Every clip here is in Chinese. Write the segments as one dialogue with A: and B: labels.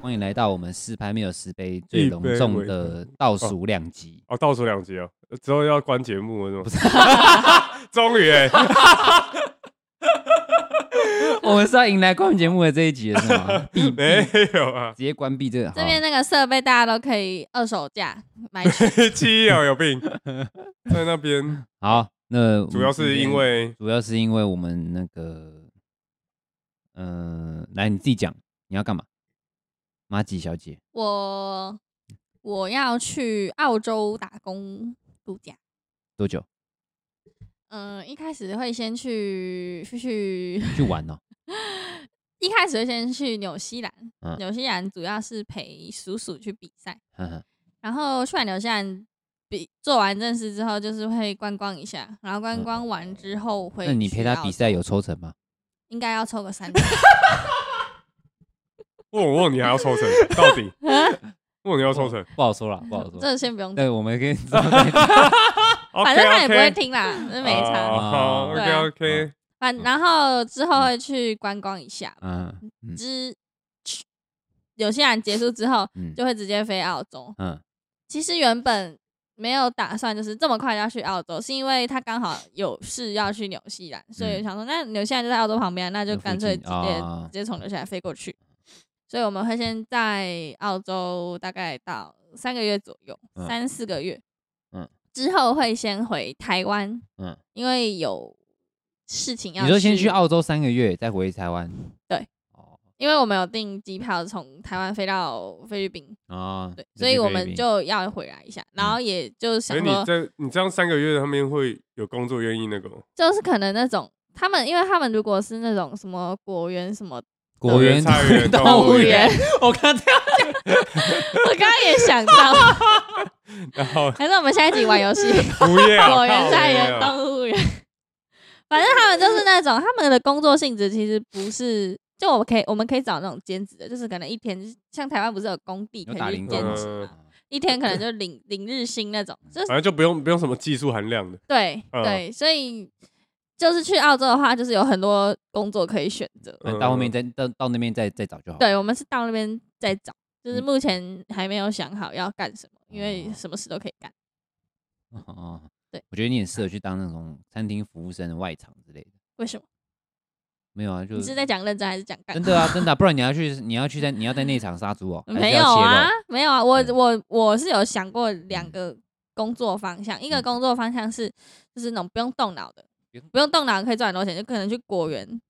A: 欢迎来到我们十排没有十杯最隆重的倒数两集。
B: 哦，倒数两集哦，之后要关节目了是吗？ 终于欸，
A: 我们是要迎来关于节目的这啊一集了是 吗？必
B: 没有啊，
A: 直接关闭这个。好
C: 这边那个设备大家都可以二手价买 去。
B: 七哦，有病，在那边
A: 好，那我们
B: 主要是
A: 今天
B: 因为
A: 主要是因为我们那个，嗯，来你自己讲，你要干嘛？马吉小姐，
C: 我我要去澳洲打工度假。
A: 多久
C: 嗯，一开始会先去去，
A: 去玩哦？
C: 一开始会先去纽西兰
A: 嗯。
C: 纽、西兰主要是陪叔叔去比赛，
A: 哈哈
C: 然后去完纽西兰比做完正事之后，就是会观光一下，然后观光完之后会、
A: 嗯那你陪她比赛，有抽成吗？
C: 应该要抽 个三天。
B: 问 我问你还要抽 成，到底问你要抽成
A: 不好说了，不好说。
C: 这先不用讲，
A: 对，我们可以知道再讲
C: 反正他也不会
B: 听，
C: 听啦，这没差。
A: 哦
B: 哦好
C: 对
B: ，OK
C: 啊
B: OK，
C: 反然后之后会去观光一下，
A: 嗯嗯
C: 之去有些人结束之后
A: 嗯
C: 就会直接飞澳洲。
A: 嗯
C: 其实原本没有打算就是这么快要去澳洲，是因为他刚好有事要去纽西兰，所以
A: 嗯
C: 想说那纽西兰就在澳洲旁边，那就
A: 那附
C: 干脆
A: 近
C: 直接
A: 啊
C: 直接从纽西兰飞过去。所以我们会先在澳洲大概到三个月左右，
A: 嗯
C: 三四个月，
A: 嗯，
C: 之后会先回台湾，
A: 嗯。
C: 因为有事情要
A: 你说先去澳洲三个月，再回台湾？
C: 对。
A: 哦
C: 因为我们有订机票从台湾飞到菲律宾，
A: 哦，
C: 对，
A: 那
C: 所以
A: 去
C: 我
A: 菲律
C: 们
A: 宾嗯
C: 就要回来一下，然后也就
B: 所
C: 想
B: 以你
C: 说，
B: 这你这样三个月他们会有工作愿意那个 吗
C: 就是可能那种他们，因为他们如果是那种什么果园 什么
A: 果园
B: 菜园
A: 动
B: 动物
A: 物
B: 园
A: 园，我看到
C: 我刚刚也想到，
B: 然后
C: 还是我们下一集玩 游戏，
B: 不要
C: 果园菜园
B: 当
C: 动物园，反正他们就是那种他们的工作性质其实不是。就我们可以，我们可以找那种兼职的，就是可能一天，像台湾不是有工地可
A: 有
C: 以
A: 打
C: 去
A: 零
C: 兼
A: 工
B: 工
C: 职，
B: 嗯
A: 啊，
C: 一天可能就领领日薪那种，就是
B: 反正就不用不用什么技术含量的，
C: 对、
B: 嗯
C: 对，所以就是去澳洲的话，就是有很多工作可以选择。
A: 那到后面再到到那边再再找就好。
C: 对，我们是到那边再找，就是
A: 嗯
C: 目前还没有想好要干什么，因为
A: 哦
C: 什么事都可以干。
A: 哦，
C: 对，
A: 我觉得你很适合去当那种餐厅服务生的外场之类的。
C: 为什么？
A: 没有啊，就
C: 你是在讲认真还是讲干
A: 真？的啊，真的啊、不然你要去，你要去在你要在内场杀猪哦，还是
C: 没
A: 要
C: 有
A: 切肉嗯
C: 啊，没有啊，我
A: 对
C: 我我是有想过两个工作方向，一个工作方向是就是那种不用动脑的
A: 嗯不用，
C: 不用动脑可以赚很多钱，就可能去 果园、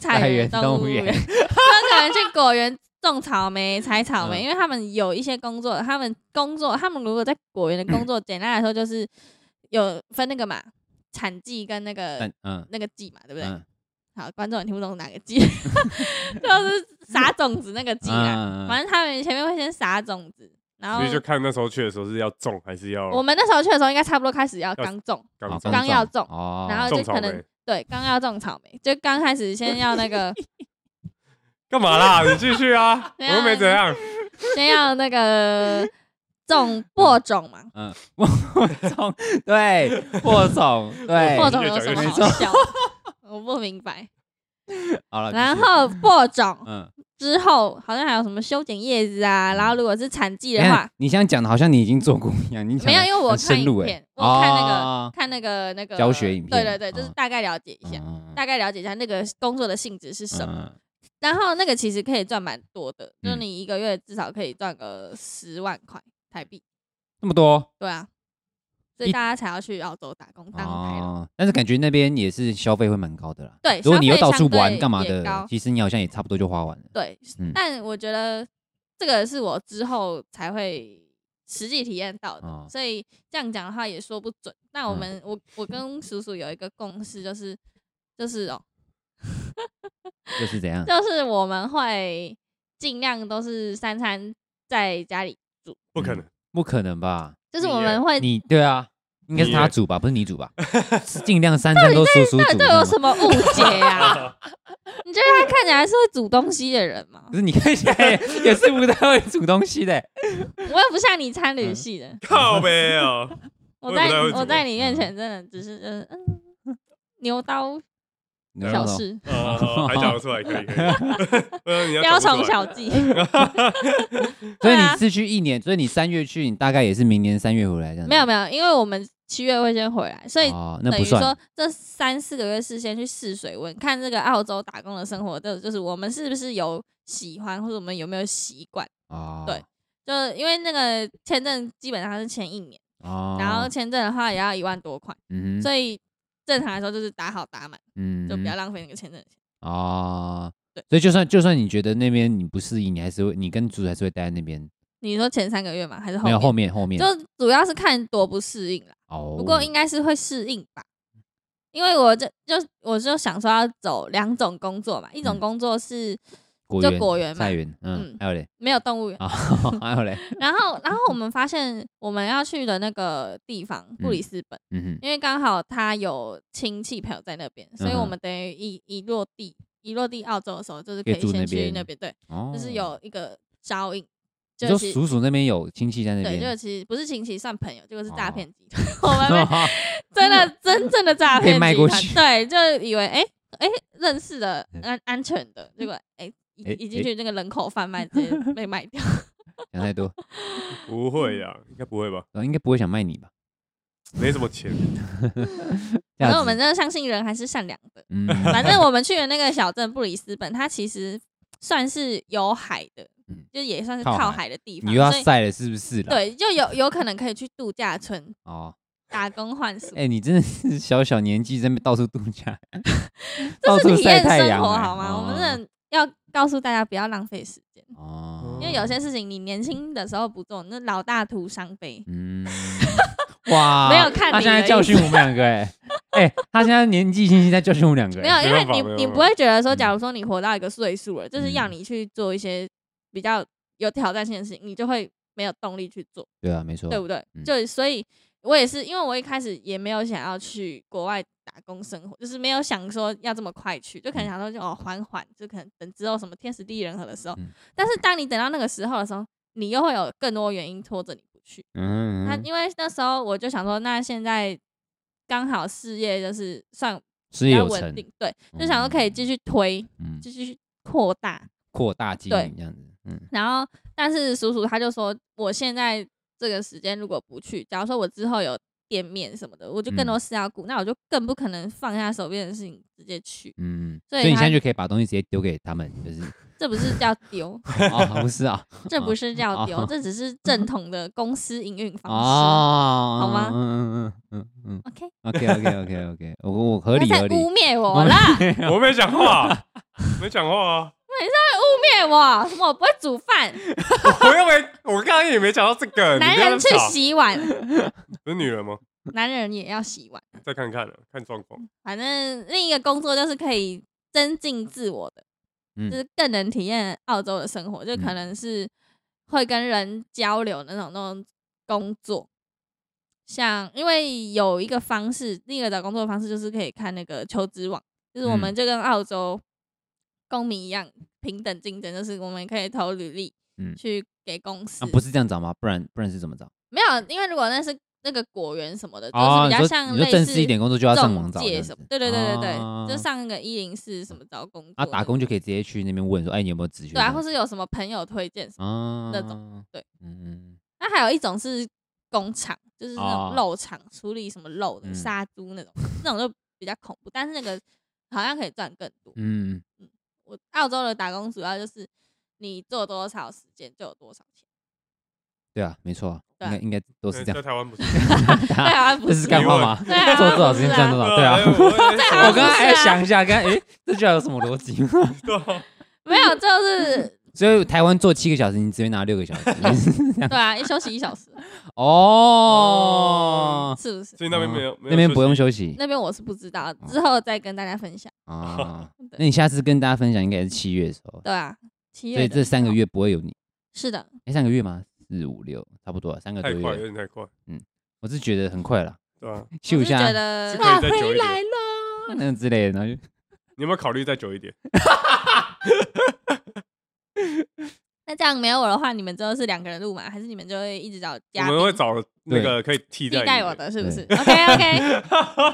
A: 菜
C: 菜
A: 园
C: 园、
A: 动
C: 动
A: 物
C: 物
A: 园
C: 园，啊他可能去果园种草莓、采草
A: 嗯
C: 莓，因为他们有一些工作，他们工作，他们如果在果园的 工作，简单来说就是有分那个嘛，产季跟那个
A: 但嗯
C: 那个季嘛，对不对？
A: 嗯
C: 好，观众也听不懂哪个季， 就是撒种子那个季啦。
A: 嗯
C: 反正他们前面会先撒种子，然
B: 嗯
C: 后
B: 所以就看那时候去的时候是要种还是要
C: 我们那时候去的时候，应该差不多开始要刚种，
B: 刚
A: 种
B: 种
C: 刚要种
A: 哦，
C: 然后
B: 种
C: 就
B: 草
C: 可
B: 莓
C: 能？对刚要种草莓，就刚开始先要 那个
B: 干嘛 啦？你继续啊，我
C: 没有
B: 又没怎样。
C: 先要那 个种播种嘛，
A: 嗯，播种对播种对
C: 播种有什么
B: 越
A: 哎讲越
C: 好笑？我不明白。
A: 好了，
C: 然
A: 继续
C: 后播种
A: 嗯，
C: 之后，好像还有什么修剪叶子啊，然后如果是产季
A: 你
C: 的话
A: 看，你现在讲的好像你已经做过一样，你讲
C: 没有，
A: 得
C: 因为我
A: 哎很
C: 看
A: 深入
C: 影
A: 哎
C: 片，，我看那个
A: 哦
C: 看那个那个
A: 教学影片
C: 对对对，就是
A: 嗯
C: 大概了解一下，
A: 嗯
C: 大概了解一下那个工作的性质是什么。
A: 嗯
C: 然后那个其实可以赚蛮多的，就
A: 嗯
C: 你一个月至少可以赚个十万块台币，
A: 那么多哦
C: 对啊，所以
A: 一
C: 大家才要去澳洲打工当白劳。
A: 哦，但是感觉那边也是消费会蛮高的啦。
C: 对
A: 如果你
C: 消
A: 又
C: 费
A: 到处
C: 相对
A: 玩干嘛
C: 也
A: 的
C: 高，
A: 其实你好像也差不多就花完了。
C: 对，
A: 嗯
C: 但我觉得这个是我之后才会实际体验到的，
A: 哦嗯
C: 所以这样讲的话也说不准。那我们、我我跟叔叔有一个共识，就是就是哦，
A: 又是怎样？
C: 就是我们会尽量都是三餐在家里，
B: 不可能，
A: 不可能吧？
C: 就是
B: 你
C: 我
B: 耶
C: 们会
A: 你对啊，应该是
B: 你
A: 他
B: 耶
A: 煮吧，不是你煮吧？尽量三餐都叔叔
C: 到底
A: 煮
C: 对
A: 的
C: 我有
A: 嘛。
C: 什么误解啊？ 你觉得他看起来是会煮东西的人吗
A: 可？是你看起来也是不太会煮东西 的。
C: 我又不像你参旅系的，
B: 靠呗哦，嗯我
C: 我
B: 也
C: 在
B: 不太会煮啊
C: 我在你面前真的只是嗯嗯牛刀
A: 你知道
C: 小
A: 吗
C: 试，
B: 哦还讲得出来，可以可 以。呃你要
C: 雕
B: 讲
C: 虫
B: 不出来
C: 小技。
A: 所以
C: 对
A: 你
C: 啊
A: 是去一年，所以你三月去，你大概也是明年三月回来这样子。
C: 没有没有，因为我们七月会先回来，所以
A: 哦，那
C: 等于
A: 不算。
C: 说这三四个月是先去试水温，看这个澳洲打工的生活，就就是我们是不是有喜欢，或者我们有没有习惯。
A: 哦，
C: 对就是因为那个签证基本上是签一年，
A: 哦，
C: 然后签证的话也要一万多块，
A: 嗯哼，
C: 所以正常来说就是打好打满，
A: 嗯
C: 就不要
A: 哼
C: 浪费那个签证的钱。
A: 哦
C: 对。
A: 所以就算就算你觉得那边你不适应，你还是会你跟主还是会待在那边，
C: 你说前三个月吗？还是后
A: 没有
C: 面？
A: 后面后面
C: 就主要是看多不适应啦。
A: 哦。嗯
C: 不过应该是会适应吧，因为我这就我就想说要走两种工作嘛，一种
A: 嗯
C: 工作是
A: 果
C: 就
A: 园
C: 果园嘛
A: 菜园，嗯
C: 嗯，
A: 还有嘞
C: 没有动物园，
A: 啊，还有嘞，
C: 然后然后我们发现我们要去的那个地方布里斯本，
A: 嗯哼，
C: 因为刚好他有亲戚朋友在那边，所以
A: 嗯
C: 我们等于一一落地一落地澳洲的时候，就是可
A: 可以
C: 以
A: 住那
C: 先去
A: 边
C: 那边，对，
A: 哦，
C: 就是有一个照应，
A: 你
C: 就
A: 说
C: 是
A: 叔叔那边有亲戚在那
C: 对， 就
A: 边，
C: 其实不是亲戚，算朋友，结果是
A: 哦
C: 诈骗集团， 我们 被真的真正的诈骗
A: 被卖
C: 集
A: 过
C: 团
A: 去，嗯
C: 对，就以为哎哎、诶认识的安安全的，结果哎一
A: 诶
C: 一进去那个人口贩卖 直接被卖掉，
A: 想太多，
B: 不会呀，应该不会吧？
A: 呃应该不会想卖你吧？
B: 没什么钱，
C: 反
A: 价值
C: 正我们真的相信人还是善良的。
A: 嗯，
C: 反正我们去的那个小镇布里斯本，它其实算是有海的
A: 嗯，
C: 就也算是
A: 靠
C: 靠
A: 海
C: 海的地
A: 你
C: 方，
A: 又要
C: 所以
A: 晒了是不是啦？，
C: 对，就有有可能可以去度假村
A: 哦，
C: 打工换宿，
A: 哎，你真的是小小年纪在那边到处度假，到
C: 这
A: 处
C: 是体
A: 晒
C: 验
A: 太
C: 生
A: 阳
C: 活
A: 哎，
C: 好吗？我们
A: 哦
C: 真的要告诉大家不要浪费时间。
A: 哦，
B: 嗯
C: 因为有些事情你年轻的时候不做，那老大徒伤悲。
A: 嗯，哇，
C: 没有看
A: 他
C: 你
A: 现在
C: 的
A: 教
C: 意
A: 训我们两个、哎，哎，他现在年纪轻轻在教训我们两个、
C: 没
A: 哎，
C: 有，因
B: 没
C: 为
B: 办法没有
C: 你你
B: 办
C: 不
B: 法嗯
C: 会觉得说，假如说你活到一个岁数了，就是
A: 嗯
C: 要你去做一些比较有挑战性的事情，你就会没有动力去做，
A: 对啊，没错，
C: 对不对
A: 嗯？
C: 就所以，我也是因为我一开始也没有想要去国外打工生活，就是没有想说要这么快去，就可
B: 嗯
C: 能想说就哦缓缓，就可能等之后什么天时地利人和的时候
A: 嗯。
C: 但是当你等到那个时候的时候，你又会有更多原因拖着你不去。
A: 嗯，
C: 那
A: 嗯，
C: 因为那时候我就想说，那现在刚好事业就是算
A: 事
C: 比
A: 业
C: 较
A: 有
C: 稳
A: 成，
C: 定，对，就想说可以继续推，
A: 嗯，
C: 继续扩大。
A: 扩大经
C: 对
A: 营这样子，嗯，
C: 然后，但是叔叔他就说，我现在这个时间如果不去，假如说我之后有店面什么的，我就
A: 嗯
C: 更多事要顾，那我就更不可能放下手边的事情直接去，
A: 嗯，
C: 所
A: 所
C: 以
A: 以你现在
C: 他
A: 就可以把东西直接丢给他们， 就是
C: 这不是叫 丢，
A: 哦，不是 啊，
C: 这不是叫
A: 哦
C: 丢，这只是正统的公司营运方式。
A: 哦，
C: 好吗
A: 嗯嗯嗯嗯
C: OK，
A: 嗯，OK OK OK OK，我 我合
C: 他
A: 理
C: 在
A: 合理，
C: 污蔑我啦，
B: 我没讲
A: 啊
B: 话，没讲话啊，
C: 污蔑我，什么我不会煮饭，
B: 我又没，我刚刚也没讲到这个，你
C: 男
B: 不要那
C: 人
B: 么
C: 去
B: 傻
C: 洗碗，
B: 不是女人吗？
C: 男人也要洗碗。
B: 再看看啊，看状况。
C: 反正另一个工作就是可以增进自我的，
A: 嗯
C: 就是更能体验澳洲的生活，就可能是会跟人交流那种那种工作。像因为有一个方式，另一个找工作方式就是可以看那个求职网，就是我们
A: 嗯
C: 就跟澳洲公民一样平等竞争，就是我们可以投履历
A: 嗯
C: 去给公司
A: 啊，，不是这样找吗？不然不然是怎么找？
C: 没有，因为如果那是那个果园什么的，就是
A: 哦，
C: 比
A: 你
C: 较
A: 说
C: 像
A: 你说
C: 类
A: 正
C: 似
A: 式一点工作就要上网
C: 中
A: 找这
C: 介
A: 样
C: 什
A: 子
C: 么，，对对对对对，
A: 哦
C: 就上那个一零四什么找工作
A: 啊，打工就可以直接去那边问说，哎，你有没有职缺这
C: 对啊，
A: 样
C: 或
A: 子？
C: 是有什么朋友推荐什么。
A: 啊
C: 那种对，
A: 嗯，
C: 那还有一种是工厂，就是那
A: 哦
C: 种肉厂处理什么肉的
A: 嗯
C: 杀猪那种，那种就比较恐怖，但是那个好像可以赚更多。
A: 嗯，
C: 我澳洲的打工主要就是你做多少时间就有多少钱，
A: 对啊，没错啊，
C: 对
A: 应
C: 啊
A: 该应该都 是这
B: 哎在
A: 样。
B: 台湾不是
C: 在 台啊湾不
A: 啊这
C: 是
A: 是干话吗？
C: 对啊
A: 做多少时间赚多少？对啊。
B: 哎我
A: 我刚刚
C: 不是
A: 还
C: 啊
A: 想一下，刚刚诶，这句话有什么逻辑？
B: 刚
C: 没有，就是
A: 所以台湾做七个小时，你只会拿六 个小时。
C: 对啊，一休息一小时，
A: 哦，
C: 是不是？
B: 所以那边没有，没有
A: 那边不用
B: 休息
A: 休息
C: 那边我是不知道，
A: 哦
C: 之后再跟大家分享。
A: 啊。
C: 对
A: 那你下次跟大家分享，应该是七月的时候，
C: 对啊，七月
A: 所以
C: 的
A: 这三个
C: 时
A: 月不会有你。
C: 候是的，
A: 哎，三个月吗？四五六，差不多啊三个多
B: 太快，有
A: 月。
B: 点太快，
A: 我是觉得很快了，
B: 对吧？
A: 秀一
C: 我是觉
A: 下
B: 是
C: 得
B: 可以再久一点。
C: 了，
A: 那之类的，然后就
B: 你有没有考虑再久一点？
C: 那这样没有我的话，你们之后是两个人录嘛？还是你们就会一直找
B: 我
C: 嘉宾
B: 们会找那个可以替代
C: 替
B: 你
C: 代我。的，是不是？OK OK，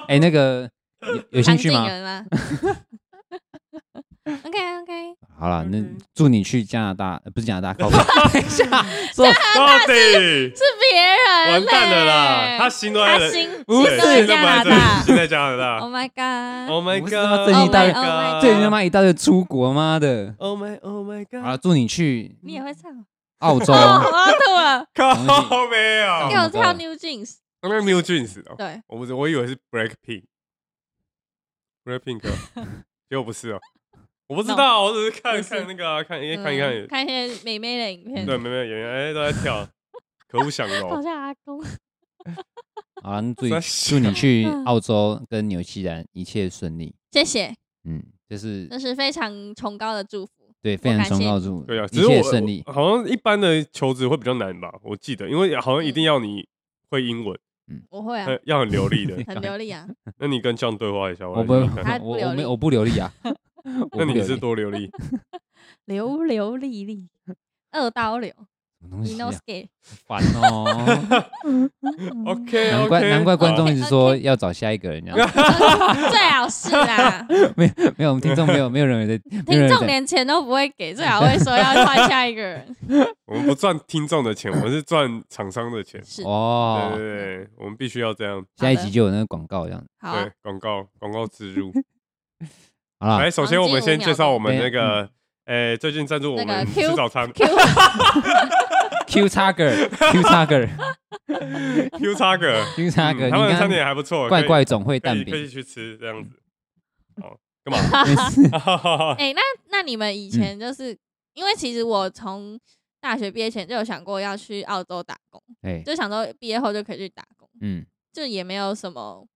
A: 哎，那个有有兴趣吗？
C: 人吗？OK OK，
A: 好了，那
C: 嗯
B: OK
A: 祝你去加拿大，呃不是加拿大，靠北等一下， 说
B: 到底
C: 是别人
B: 完蛋了
C: 嘞
B: 啦！他心都在
C: 他心
A: 不
B: 对
A: 是
B: 现在
C: 加
B: 不在这
C: 拿大
B: 里，现在加拿
C: Oh
B: 大。哦
C: my god！
B: Oh my
A: 不
B: god！
A: 是他最近一大
B: Oh my god
A: 最近他妈一大堆出国，妈的！
B: Oh my Oh my
C: 嗯
A: 好了，
B: God！
A: 祝你去
C: 你也会唱？
A: 澳洲
C: 哦，，我要吐
B: 哦
C: 了！
B: 靠没有，
C: 给 我跳 New Jeans，
B: 那是 New Jeans 哦。
C: 对，
B: 我不是，我以为是 Blackpink，Blackpink，结 果不是哦，我不知道，我只是看
C: 不是
B: 看那个啊，看一
C: 嗯
B: 看一看，
C: 看一些美眉的影片，
B: 对，没有演员哎都在跳，可恶想
C: 好
B: 龙，
C: 像阿公。
A: 好了，那祝你
B: 三小
A: 祝你去
C: 嗯
A: 澳洲跟纽西兰一切顺利。
C: 谢谢，
A: 嗯，就是
C: 这是非常崇高的祝福。
A: 对，非常
C: 感谢
A: 崇高祝，
B: 对啊，只
A: 一
B: 是
A: 切
B: 我
A: 顺利。。
B: 我好像一般的求职会比较难吧，我记得，因为好像一
C: 嗯
B: 定要你会英文，
C: 我会啊，
B: 呃要很流利的
C: 很流利啊，
B: 那你跟 John 对话一下，
A: 我
B: 我
A: 不，
B: 来听
A: 我
B: 听看。
C: 他不
A: 我
C: 流
A: 我没
C: 利
A: 我不流利 啊。
B: 那
A: 那
B: 你是多流利？
C: 流流利利，二刀流
A: 什么东
C: i
A: 西
C: n o
A: 啊
C: s？k
A: 烦 哦，
C: 嗯
B: OK，
A: 难怪难怪观众一直说
C: OK，OK
A: 要找下一个 人，这样
C: 最好是啦，
A: 没有没有，我们听众没有没有人有在，没有
C: 听
A: 人有
C: 众
A: 在
C: 连钱都不会给，最好会说要换下一 个人。
B: 我们不赚听众的钱，我们是赚厂商的钱。
C: 是，
B: 对
A: 哦。
B: 对对，我们必须要这样。
A: 下一
C: 好
A: 集
C: 的
A: 就有那个广告这样。
C: 好啊
B: 对，，广告广告植入。
A: 好啦，
B: 来，首先我们先介绍我们
A: 黄金
B: 那
A: 五秒钟
B: 个，诶，最近赞助我
C: 那
B: 们
C: 个 Q-
B: 吃早餐
C: Q
A: Q 叉个 Q 叉个
B: Q 叉哥，
A: Q 叉
B: 嗯
A: 个，你
B: 他们的餐
A: 刚
B: 点
A: 刚
B: 还不错，
A: 怪
B: 可以
A: 怪总会
B: 可
A: 蛋
B: 以可以
A: 饼，嗯
B: 去吃这样子。哦，
A: 没 事
B: 干嘛？
C: 哎、那那你们以
A: 嗯
C: 前就是、因为其实我从大学毕业前就有想过要去澳洲打工，
A: 哎，
C: 就想说毕业后就可以去打工，
A: 嗯，
C: 就也没有什么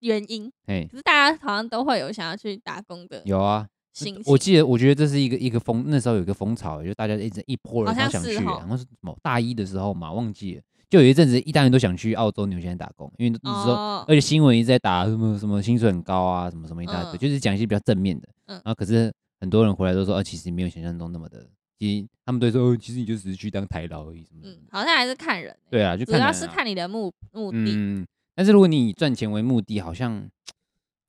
C: 原因。
A: 哎，
C: 可是大家好像都会有想要去打工的
A: 有啊，
C: 心情。
A: 我记得，我觉得这是一个一个风，那时候有一个风潮，就大家一直一波人
C: 好
A: 都
C: 像
A: 想去，
C: 是吼
A: 好像是某大一的时候嘛，忘记了，就有一阵子一大人都想去澳洲、纽西兰打工，因为那时候、
C: 哦
A: 而且新闻一直在打什么什么薪水很高啊，什么什么一大堆，
C: 嗯
A: 就是讲一些比较正面的。
C: 嗯
A: 然后可是很多人回来都说，哦、其实没有想象中那么的，其实他们都说，哦，其实你就只是去当台劳而已，什么什么
C: 嗯
A: 的。，
C: 好像还是看人、欸
A: 对啊，就
C: 主
A: 看
C: 要
A: 人
C: 是
A: 啊
C: 看你的目目的。
A: 嗯，但是如果你以赚钱为目的，好像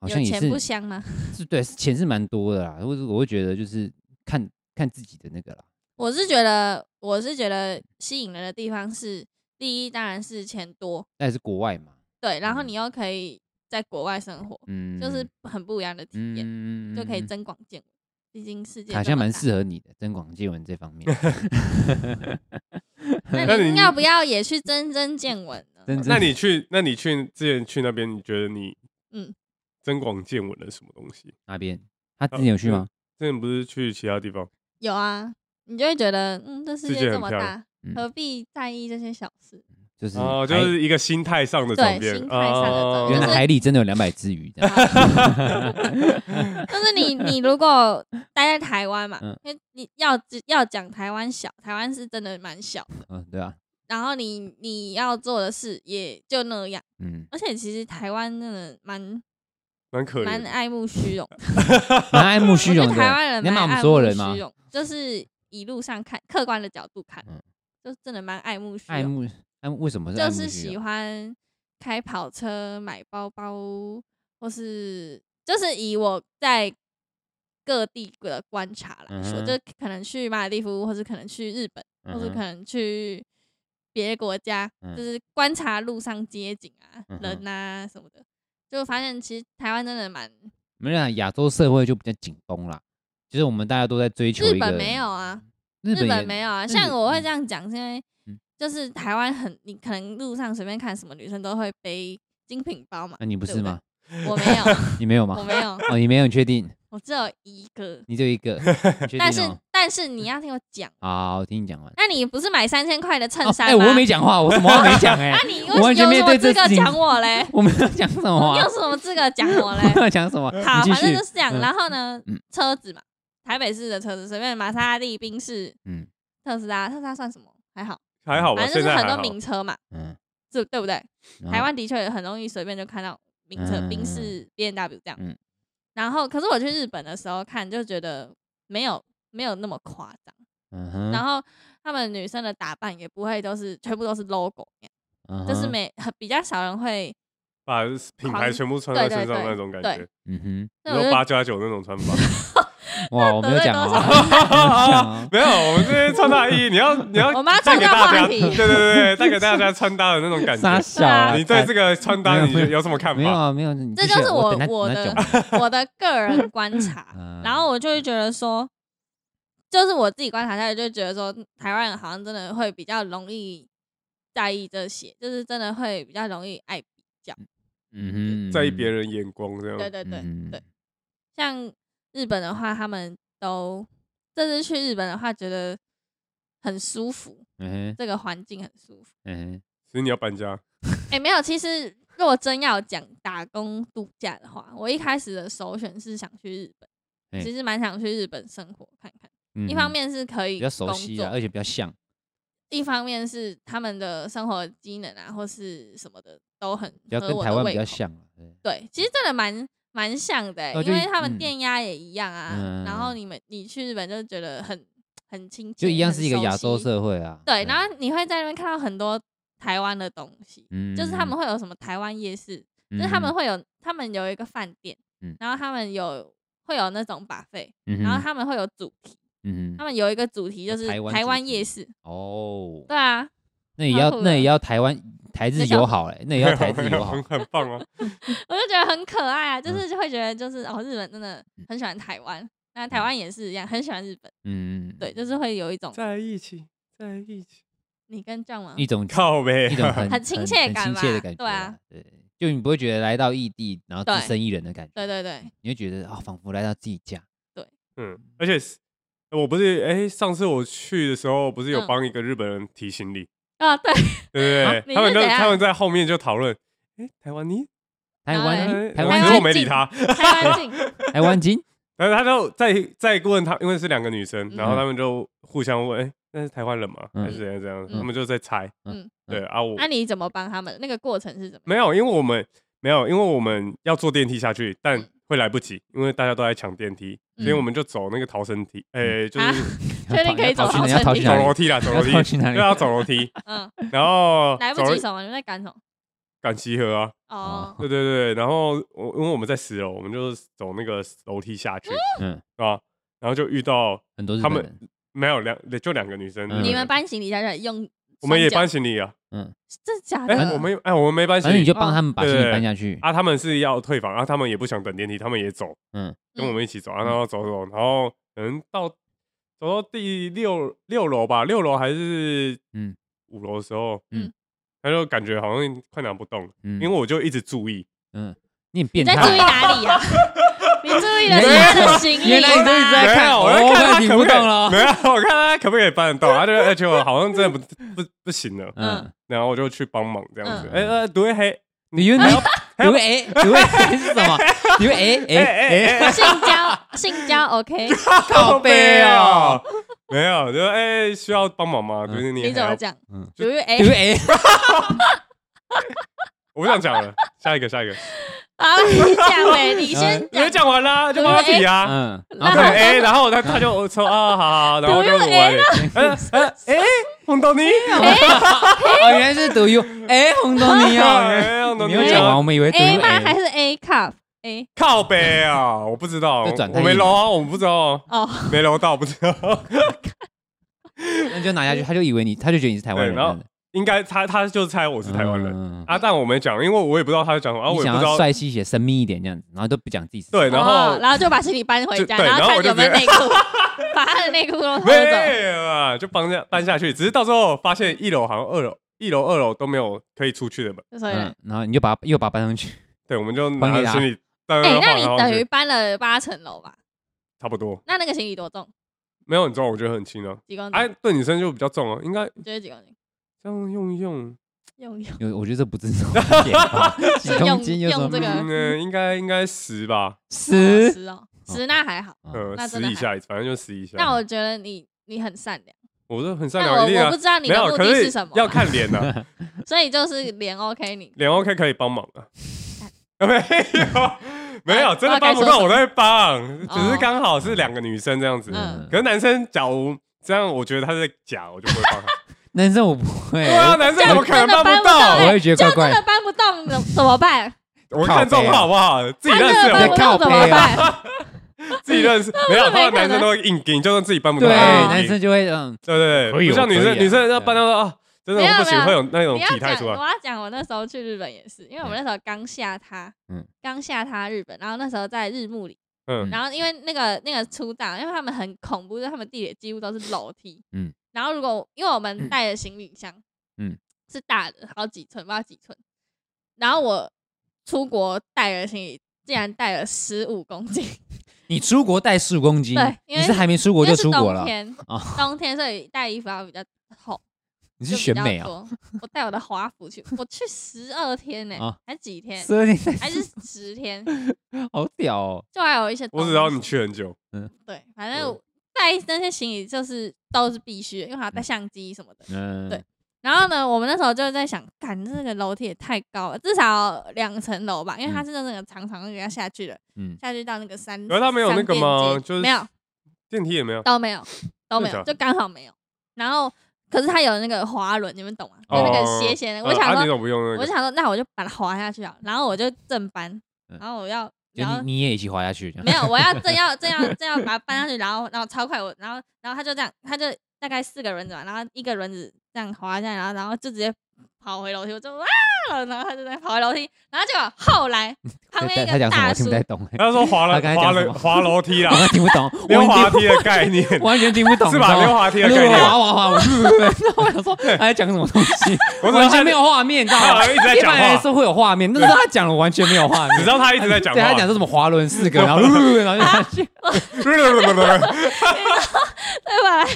A: 好像
C: 有
A: 也
C: 钱
A: 是
C: 不香吗？
A: 是对，是钱是蛮多的啦。我我会觉得就是看看自己的那个啦。
C: 我是觉得，我是觉得吸引人的地方是，第一当然是钱多，
A: 那也是国外嘛，
C: 对，然后
A: 嗯
C: 你又可以在国外生活，
A: 嗯，
C: 就是很不一样的体验。
A: 嗯
C: 就可以
A: 嗯嗯
C: 增广见闻。毕竟世界
A: 好
C: 这
A: 像
C: 么
A: 蛮
C: 大
A: 适合你的增广见闻这 方面，
C: 那
B: 那
C: 你
B: 你
C: 要 不要也去增增见闻呢？
A: 真
B: 那你去，那你去之前去那边，你觉得你嗯
C: 嗯
B: 增广见闻了什么东西？
A: 哪边？他之前有 去吗？
B: 之前不是去其他地方？
C: 有啊，你就会觉得，嗯，这世
B: 世
C: 界
B: 界
C: 这
B: 很
C: 么
B: 漂
C: 大，
A: 嗯
C: 何必在意这些小 事？
A: 就是哦
B: 哦，就
A: 海
B: 是一个心态上的转变，
C: 对心态上的转
B: 哦
A: 原
C: 变
A: 来
C: 就是
A: 海里真的有两百只鱼这样，
C: 就是你，你如果待在台湾嘛
A: 嗯，
C: 因为你要只要讲台湾小，台湾是真的蛮小的，
A: 嗯，对啊，
C: 然后你你要做的事也就那样，
A: 嗯，
C: 而且其实台湾真的蛮
B: 蛮可
C: 蛮
B: 怜的。
C: 爱慕虚荣的，
A: 蛮爱慕虚
C: 我觉
A: 荣
C: 得
A: 的。
C: 台湾人啊
A: 你要
C: 蛮
A: 骂我们
C: 爱
A: 所有
C: 慕
A: 人吗
C: 虚？荣，就是一路上看，客观的角度看，
A: 嗯
C: 就真的蛮爱慕虚
A: 爱
C: 荣，
A: 慕爱慕为什么是爱
C: 就
A: 慕
C: 是
A: 虚
C: 喜
A: 荣
C: 欢开跑车、买包包，或是就是以我在各地的观察来
A: 嗯
C: 说，
A: 哼
C: 就可能去马尔地夫，或是可能去日本，或是
A: 嗯哼
C: 可能去别的国家，
A: 嗯
C: 就是观察路上街景啊、
A: 嗯哼
C: 人啊什么的，就发现其实台湾真的蛮
A: 没有啊亚洲社会就比较紧绷啦，就是我们大家都在追求
C: 日
A: 一个
C: 本没有啊，
A: 日
C: 日
A: 本也
C: 本没有啊，
A: 日
C: 像
A: 本
C: 我会
A: 嗯
C: 这样讲，是因为
A: 嗯
C: 就是台湾很，你可能路上随便看什么女生都会背精品包嘛。
A: 那啊你不
C: 对
A: 是
C: 对
A: 吗？
C: 我没有，
A: 你没有
C: 我
A: 吗？
C: 没有，
A: 哦，你没有，你确定？
C: 我只有一个。
A: 你就一个，你确定
C: 但是
A: 哦
C: 但是你要听我讲，
A: 好，我听你讲完。
C: 那你不是买三千块的衬
A: 哦，
C: 衫
A: 哎，
C: 吗？
A: 我又没讲话，我什么都没讲哎
C: 啊，，你
A: 我
C: 为
A: 完
C: 什
A: 全
C: 么
A: 没有
C: 有什么
A: 对
C: 资
A: 这
C: 格
A: 事情
C: 讲我 嘞？
A: 我没有讲什么
C: 你
A: 啊
C: 有，什么资格讲我 嘞？
A: 我没有讲什么。
C: 好，
A: 你继
C: 反正
A: 续
C: 就。是这样。
A: 嗯
C: 然后呢
A: 嗯，
C: 车子嘛，台北市的车子随便玛莎拉蒂、宾士、
A: 嗯
C: 特斯拉，特斯拉算什么？还好，
B: 还好吧，
C: 反
B: 哦现
C: 正就是
B: 在
C: 很
B: 还
C: 多
B: 好。
C: 名车嘛，
A: 嗯，
C: 是对不对？
A: 然后
C: 台湾的确很容易随便就看到名车，
A: 嗯
C: 宾士、B N W 这样。
A: 嗯
C: 然后，可是我去日本的时候看，就觉得没有没有那么夸张。
A: 嗯哼，
C: 然后他们女生的打扮也不会都是全部都是 logo，那样、
A: 后
C: 就是没很比较少人会。
B: 把品牌全部穿在身上
C: 对对对
B: 那种感觉
C: 对，
A: 嗯
C: 那
B: 然
C: 我
B: 后八
C: 就
B: 加九那种穿法。
A: 哼， 哇，我没有讲
C: 得罪多
A: 啊， 啊
B: 没有，我们这些穿搭意义，你 要你要
C: 我们要
B: 带
C: 创
B: 给
C: 造
B: 大
C: 话
B: 家，
C: 题
B: 对，对对， 带给大家穿搭的那种感
A: 傻
B: 觉。
A: 小啊，
B: 你对这个穿搭你有什么看
A: 没有
B: 法？
A: 啊，没有，你继
C: 这就
A: 续
C: 是
A: 我
C: 我
A: 等他
C: 我
A: 等他
C: 的
A: 讲完
C: 我的个人观察
A: 嗯，
C: 然后我就会觉得说，就是我自己观察下来，就觉得说，台湾人好像真的会比较容易在意这些，就是真的会比较容易爱比较。
A: 嗯哼，
B: 在意别人眼光这
C: 对
B: 样，
C: 对对
A: 嗯
C: 对，像日本的话，他们都这次去日本的话，觉得很舒服，
A: 嗯哼，
C: 这个环境很舒服。
A: 嗯哼，
B: 所以你要搬家。
C: 哎、没有，其实若真要讲打工度假的话，我一开始的首选是想去日本，
A: 哎
C: 其实蛮想去日本生活看看。
A: 嗯
C: 一方
A: 哼
C: 面是可以
A: 比较熟
C: 工
A: 悉
C: 作
A: 啊，而且比较像，
C: 一方面是他们的生活机能啊，或是什么的都很
A: 比较
C: 合
A: 跟
C: 我
A: 台
C: 的
A: 湾比
C: 胃
A: 较
C: 口。
A: 像啊，对
C: 对，其实真的蛮蛮像的欸、
A: 哦就
C: 因为
A: 一
C: 他们
A: 嗯
C: 电压也一样啊。
A: 嗯
C: 然后你们你去日本就觉得很很亲切，
A: 就一样
C: 很
A: 是一个
C: 熟
A: 亚洲
C: 悉。
A: 社会啊，
C: 对，然后你会在那边看到很多台湾的东西，
A: 嗯
C: 就是他们会有什么台湾夜市，就是他们，会有他们有一个饭店，
A: 嗯
C: 然后他们有会有那种把费，
A: 嗯哼
C: 然后他们会有主题，
A: 嗯
C: 他
A: 哼，
C: 们有一个主题
A: 哦
C: 就是
A: 台湾
C: 台
A: 主
C: 湾
A: 题
C: 夜市。
A: 哦，
C: 对啊，
A: 那也
C: 超
A: 要
C: 酷
A: 那
C: 的
A: 也要台湾台日
C: 那叫
A: 友好嘞，那也要台日友好 嗯
B: 很，很棒哦。
C: 我就觉得很可爱啊，就是就会觉得就是哦，日本真的很喜欢台湾，那台湾也是一样，很喜欢日本，
A: 嗯，
C: 对，就是会有一种
B: 在一起，在一起，
C: 你跟丈王
A: 一种
B: 靠呗
A: 一。种很
C: 很亲切
A: 很
C: 感
A: 亲切的
C: 吧
A: 感觉
C: 对啊
A: 啦，对，就你不会觉得来到异地然后
C: 对
A: 自身一人的感觉，
C: 对对对，
A: 你会觉得啊、仿佛来到自己家，
B: 嗯，而且是我不是哎，上次我去的时候，不是有
C: 嗯
B: 帮一个日本人提行李，
C: 啊对，
B: 对
C: 啊
B: 不对？
C: 你
B: 他们
C: 是
B: 就
C: 怎样
B: 他们在后面就讨论，哎，台湾你，
A: 台
C: 然后
A: 湾
C: 嘞
A: 人
B: 哎
A: 台
B: 我只
A: 湾
B: 是
A: 人
B: 我没理他，
C: 台湾进，
A: 台湾金，
B: 然后他就再再问他，因为是两个女生，然后
A: 嗯
B: 他们就互相问，哎，那是台湾人吗？
A: 嗯
B: 还是怎样怎样？
C: 嗯
B: 他们就在猜。
C: 嗯，
B: 对啊，我
C: 那你怎么帮他们？那个过程是怎么
B: 没
C: 样？
B: 有，因为我们没有，因为我们要坐电梯下去，但会来不及，因为大家都在抢电梯，所以
C: 嗯
B: 我们就走那个逃生梯，哎，就
C: 啊
B: 是
C: 确定可以
A: 要逃
C: 走
A: 去哪里
C: 到
A: 要逃去
C: 成
B: 走
A: 哪
C: 品
B: 楼
A: 里？
B: 梯啦，走楼
A: 要
B: 梯，
A: 去哪里
B: 对啊，走楼 梯，
C: 嗯，
B: 然后
C: 来不
B: 走
C: 及
B: 了
C: 什么？你们在赶什么？
B: 赶集合啊，
C: 哦，
B: 对对对，然后我因为我们在十楼，我们就走那个楼梯下去，
A: 嗯，
B: 是吧？然后就遇到
A: 很多日
B: 他
A: 本
B: 们
A: 人，
B: 没有两就两个女生，
A: 嗯
C: 你 们搬行李下去用，
B: 我们也搬，行李啊，
C: 真的假
B: 哎，
C: 的？
B: 我们有哎我们没搬行
A: 反正你
B: 李
A: 就帮他们把行李
B: 对
A: 搬下去，
B: 啊，他们是要退房，啊，他们也不想等电梯，他们也走，
A: 嗯，
B: 跟我们一起走，啊然后走走，然后可能到走到第六六楼吧，六楼还是
A: 嗯
B: 五楼的时候，
A: 嗯
B: 嗯，他就感觉好像快拿不动了，因
A: 嗯，
B: 为我就一直注意，
A: 嗯，你很
C: 你
A: 变
C: 在注
A: 态，
C: 意哪 里呀？啊你注意了
A: 原
C: 你
A: 来
C: 的行李
A: 原来你都一直在
B: 没
A: 看，
B: 有，我
A: 哦
B: 在看
A: 快
B: 他
A: 停
B: 可
A: 不
B: 不可以，
A: 动了，
B: 没有，我看他可不可以办得到，他就而且我好像真的不不 不行了，
A: 嗯
C: 嗯，
B: 然后我就去帮忙这样子，
A: 嗯
B: 哎呃，对嘿，
A: 你有你
B: 还要还
A: 有
B: 要
A: 哎，有哎 是什么？有哎
B: 哎
A: 哎
B: 哎哎。
C: 啊性交性交 OK？
B: 靠
A: 背哦，
B: 没有，就哎、需要帮忙吗？就是你
C: 你怎
B: 还
C: 么
B: 要，
C: 讲
A: 嗯？
C: 由于哎
A: 有哎，
B: 我不想讲了， 下一个，下一个，
C: 啊，你讲呗，你先
B: 嗯你就
C: 讲。
B: 讲完啦，就帮他提啊。
A: 嗯，
B: 对，
A: 然后
C: 然后
B: 哎、然后他他就说啊，好好，然后就
C: 不
B: 我
C: 用哎
B: 来， 哎哎哎，红豆泥，哎
A: 哦原来是赌 U，哎红豆泥哦，
B: 哎，红豆
A: 没
B: 泥
A: 有讲完，我们以为赌
C: A 吗？还
A: 哎，
C: 是 A cup 哎 A？
B: 靠背啊，我不知道，
A: 就转
B: 我
A: 太硬
B: 没揉啊，我不知道，
C: 哦，
B: 没揉到，不知道。
A: 那就拿下去，他就以为你，他就觉得你是台湾
B: 对，
A: 人
B: 然后
A: 了，
B: 应该他他就猜我是台湾人、
A: 嗯
B: 啊，但我没讲，因为我也不知道他在讲什么，啊，
A: 你
B: 我也
A: 想
B: 不知
A: 要
B: 道。
A: 帅气一些、神秘一点这样子，然后都不讲自己是
B: 对，
A: 谁
B: 然
C: 哦
B: 后
C: 然后就把行李搬回家，
B: 就对然后
C: 看
B: 我就
C: 有没有
B: 直
C: 内
B: 接
C: 裤， 把他的内裤都偷
B: 没
C: 走。
B: 有啊，就搬下搬下去，只是到时候发现一楼好像二楼、一楼二楼都没有可以出去的门，
C: 就所以，哎
A: 嗯，然后你就把它又把它搬上去，
B: 对，我们就
A: 还
B: 拿
A: 给他
B: 行李，哎
C: 哎，那你等于搬了八层楼吧？
B: 差不多，
C: 那那个行李多重？
B: 没有很重，我觉得很轻啊。
C: 几公斤？
B: 哎，对女生就比较重哦，应该
C: 你觉得几公斤？
B: 这样用一用，
C: 用用
A: 有我觉得这不是重点 吧，几
C: 是
A: 公
C: 用
A: 斤有什
C: 用这
A: 么
C: 个哦
B: 嗯，呃应该应该十吧，
A: 十？
C: 十哦，十那还好。
B: 呃，
C: 那真
B: 十
C: 的
B: 以下，反正就十以下。
C: 那我觉得你你很善良，
B: 我是很善
C: 但
B: 良，
C: 我
B: 一定啊
C: 我不，知道你
B: 没
C: 的
B: 有，
C: 目
B: 可
C: 的是什么
B: 要
C: 啊，
B: 看脸呐，
C: 所以就是脸 OK 你。
B: 脸 OK 可以帮忙 啊，没有没
C: 哎
B: 有，真的帮不到我在帮，只是刚好是两个女生这样子，
C: 哦嗯
B: 可是男生假如这样，我觉得他在假，我就不会 帮他。
A: 男生我不会，
B: 对
C: 哎
B: 啊，男生怎么可能帮不到？
A: 我会觉得
C: 就
A: 怪
C: 真
A: 怪
C: 的搬不动，怎怎么办？
B: 我看中好不好？自己
C: 真
B: 认识哦
C: 的搬
B: 我
C: 不
A: 靠
C: 动怎
A: 背
C: 么
A: 啊
C: 办？
B: 自己认识，没有，他们男生都会硬顶，就算自己搬不到，
A: 对，
C: 哦
A: 男生就会嗯，
B: 对对
A: 可以
B: 对，
A: 哦
B: 不像女
A: 可以
B: 生，
A: 啊
B: 女生要搬到啊，真的
C: 没有
B: 我不行，
C: 没有
B: 会有那种
C: 你要
B: 体态
C: 讲，
B: 出来。
C: 我要讲，我那时候去日本也是，因为我们那时候刚下榻，
A: 嗯
C: 刚下榻日本，然后那时候在日暮里，
B: 嗯
C: 然后因为那个那个出档，因为他们很恐怖，就是他们地铁几乎都是楼梯，
A: 嗯
C: 然后如果因为我们带的行李箱，
A: 嗯
C: 是大的，好几寸，不知道几寸，然后我出国带的行李竟然带了十五公斤，
A: 你出国带十五公斤
C: 对，因
A: 你
C: 为
A: 是还没出国
C: 因为
A: 就是出国
C: 冬
A: 了，
C: 天
A: 哦
C: 冬天所以带衣服要比较厚。
A: 你
C: 就是比
A: 选
C: 较
A: 美啊？
C: 多。我带我的华服去，我去十二天呢、
A: 啊
C: 还几天，
A: 所以你
C: 还是十天，
A: 好屌 哦，
C: 就还有一些东
B: 我
C: 西。
B: 只知道你去很久，
C: 对，反正
B: 嗯
C: 我带那些行李就是都是必须的，因为还要带相机什么的。
A: 嗯，
C: 对然后呢，我们那时候就在想，干这个楼梯也太高了，至少两层楼吧，因为它
A: 嗯
C: 是那种长长的给它下去了，
A: 嗯
C: 下去到那个山。
B: 可是它没有那个吗
C: 商店街
B: 就是
C: 没有，
B: 电梯也没有。
C: 都没有，都没
B: 真
C: 有，
B: 的假的
C: 就刚好没有。然后可是它有那个滑轮，你们懂吗？就
B: 哦
C: 那个斜斜的，我
B: 呃
C: 想
B: 啊
C: 说
B: 你怎么不用那
C: 我
B: 个？
C: 想说，那我就把它滑下去啊，然后我就正搬，
A: 嗯
C: 然后我要，
A: 就
C: 然后
A: 你你也一起滑下 去，这样
C: 没有，我要正要正要正要把它搬上去，然后然后超快我，然后然后他就这样，他就大概四个轮子嘛，然后一个轮子这样滑下来，然后然后就直接跑回楼梯，我就哇，然后他就在跑回楼梯，然后结果后来 旁边
A: 他
C: 一
A: 他
C: 个
A: 讲什么我
C: 大叔
A: 听不太懂，欸
B: 他说滑了
A: 他刚才
B: 滑
A: 讲什
B: 了
A: 么
B: 滑楼梯 啦
A: 我，刚才听不懂，
B: 溜
A: 我
B: 滑
A: 已经
B: 梯的概念
A: 完全听不懂，
B: 是吧？
A: 你知
B: 溜
A: 道吗
B: 滑梯
A: 他
B: 的
A: 就
B: 概念，
A: 滑滑滑，我就 然后我想说他在讲什么东西，
B: 我只知
A: 完
B: 道
A: 全没有画面，你知道
B: 他好
A: 吗？
B: 像一直在
A: 一
B: 讲
A: 般来
B: 话，
A: 说会有画面，但是他讲了完全没有画面，
B: 只知道他一直在讲
A: 对他讲
B: 话。
A: 说什么滑轮四个，然后然后就下去，
C: 对 吧？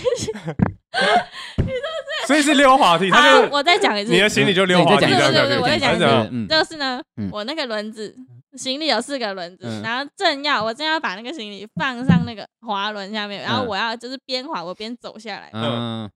B: 所以是溜滑梯，他
C: 好，
B: 就
C: 啊我再讲一次
B: 你，的行李就溜滑梯
A: 对
B: 这
A: 你再
B: 样下
A: 讲一次
C: 对对对我再讲一
B: 去。
C: 次
B: 这样
A: 嗯
C: 就是呢，
A: 嗯
C: 我那个轮子行李有四个轮子，
A: 嗯
C: 然后正要我正要把那个行李放上那个滑轮下面，然后
A: 嗯
C: 我要就是边滑我边走下来，
A: 嗯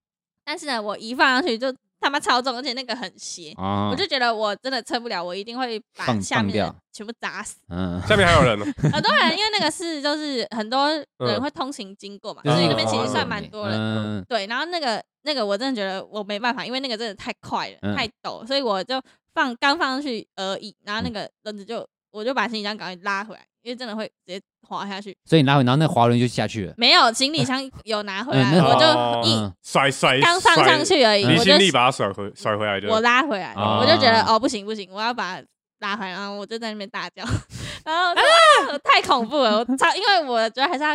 C: 但是呢，我一放上去就他妈超重，而且那个很斜，
A: 啊
C: 我就觉得我真的撑不了，我一定会把
A: 放
C: 下面
A: 放
C: 的
A: 掉
C: 全部 砸死。
A: 嗯
B: 下面还有人呢，
C: 很多人因为那个是就是很多人
B: 嗯
C: 会通勤经过嘛，
A: 就
C: 所
A: 是
B: 嗯
C: 以那边其实算蛮多人。
A: 嗯
C: 对，然后那个那个我真的觉得我没办法，因为那个真的太快了，
A: 嗯
C: 太陡，所以我就放刚放上去而已，然
A: 嗯
C: 后那个轮子就我就把行李箱赶快拉回来，因为真的会直接滑下去。
A: 所以你拿回，然后那滑轮就下去了，
C: 没有行李箱有拿回来，
A: 嗯那
C: 我
B: 哦
C: 就
A: 嗯
C: 一
B: 甩甩
C: 刚放上
B: 甩，
C: 去而已，
B: 离
C: 我就
B: 心力把它甩回甩回来
C: 我
B: 的。
C: 拉回来，
A: 啊
C: 我就觉得哦不行不行，我要把它拉回来，然后我就在那边大叫，然后就、啊、太恐怖了，我超因为我觉得还是要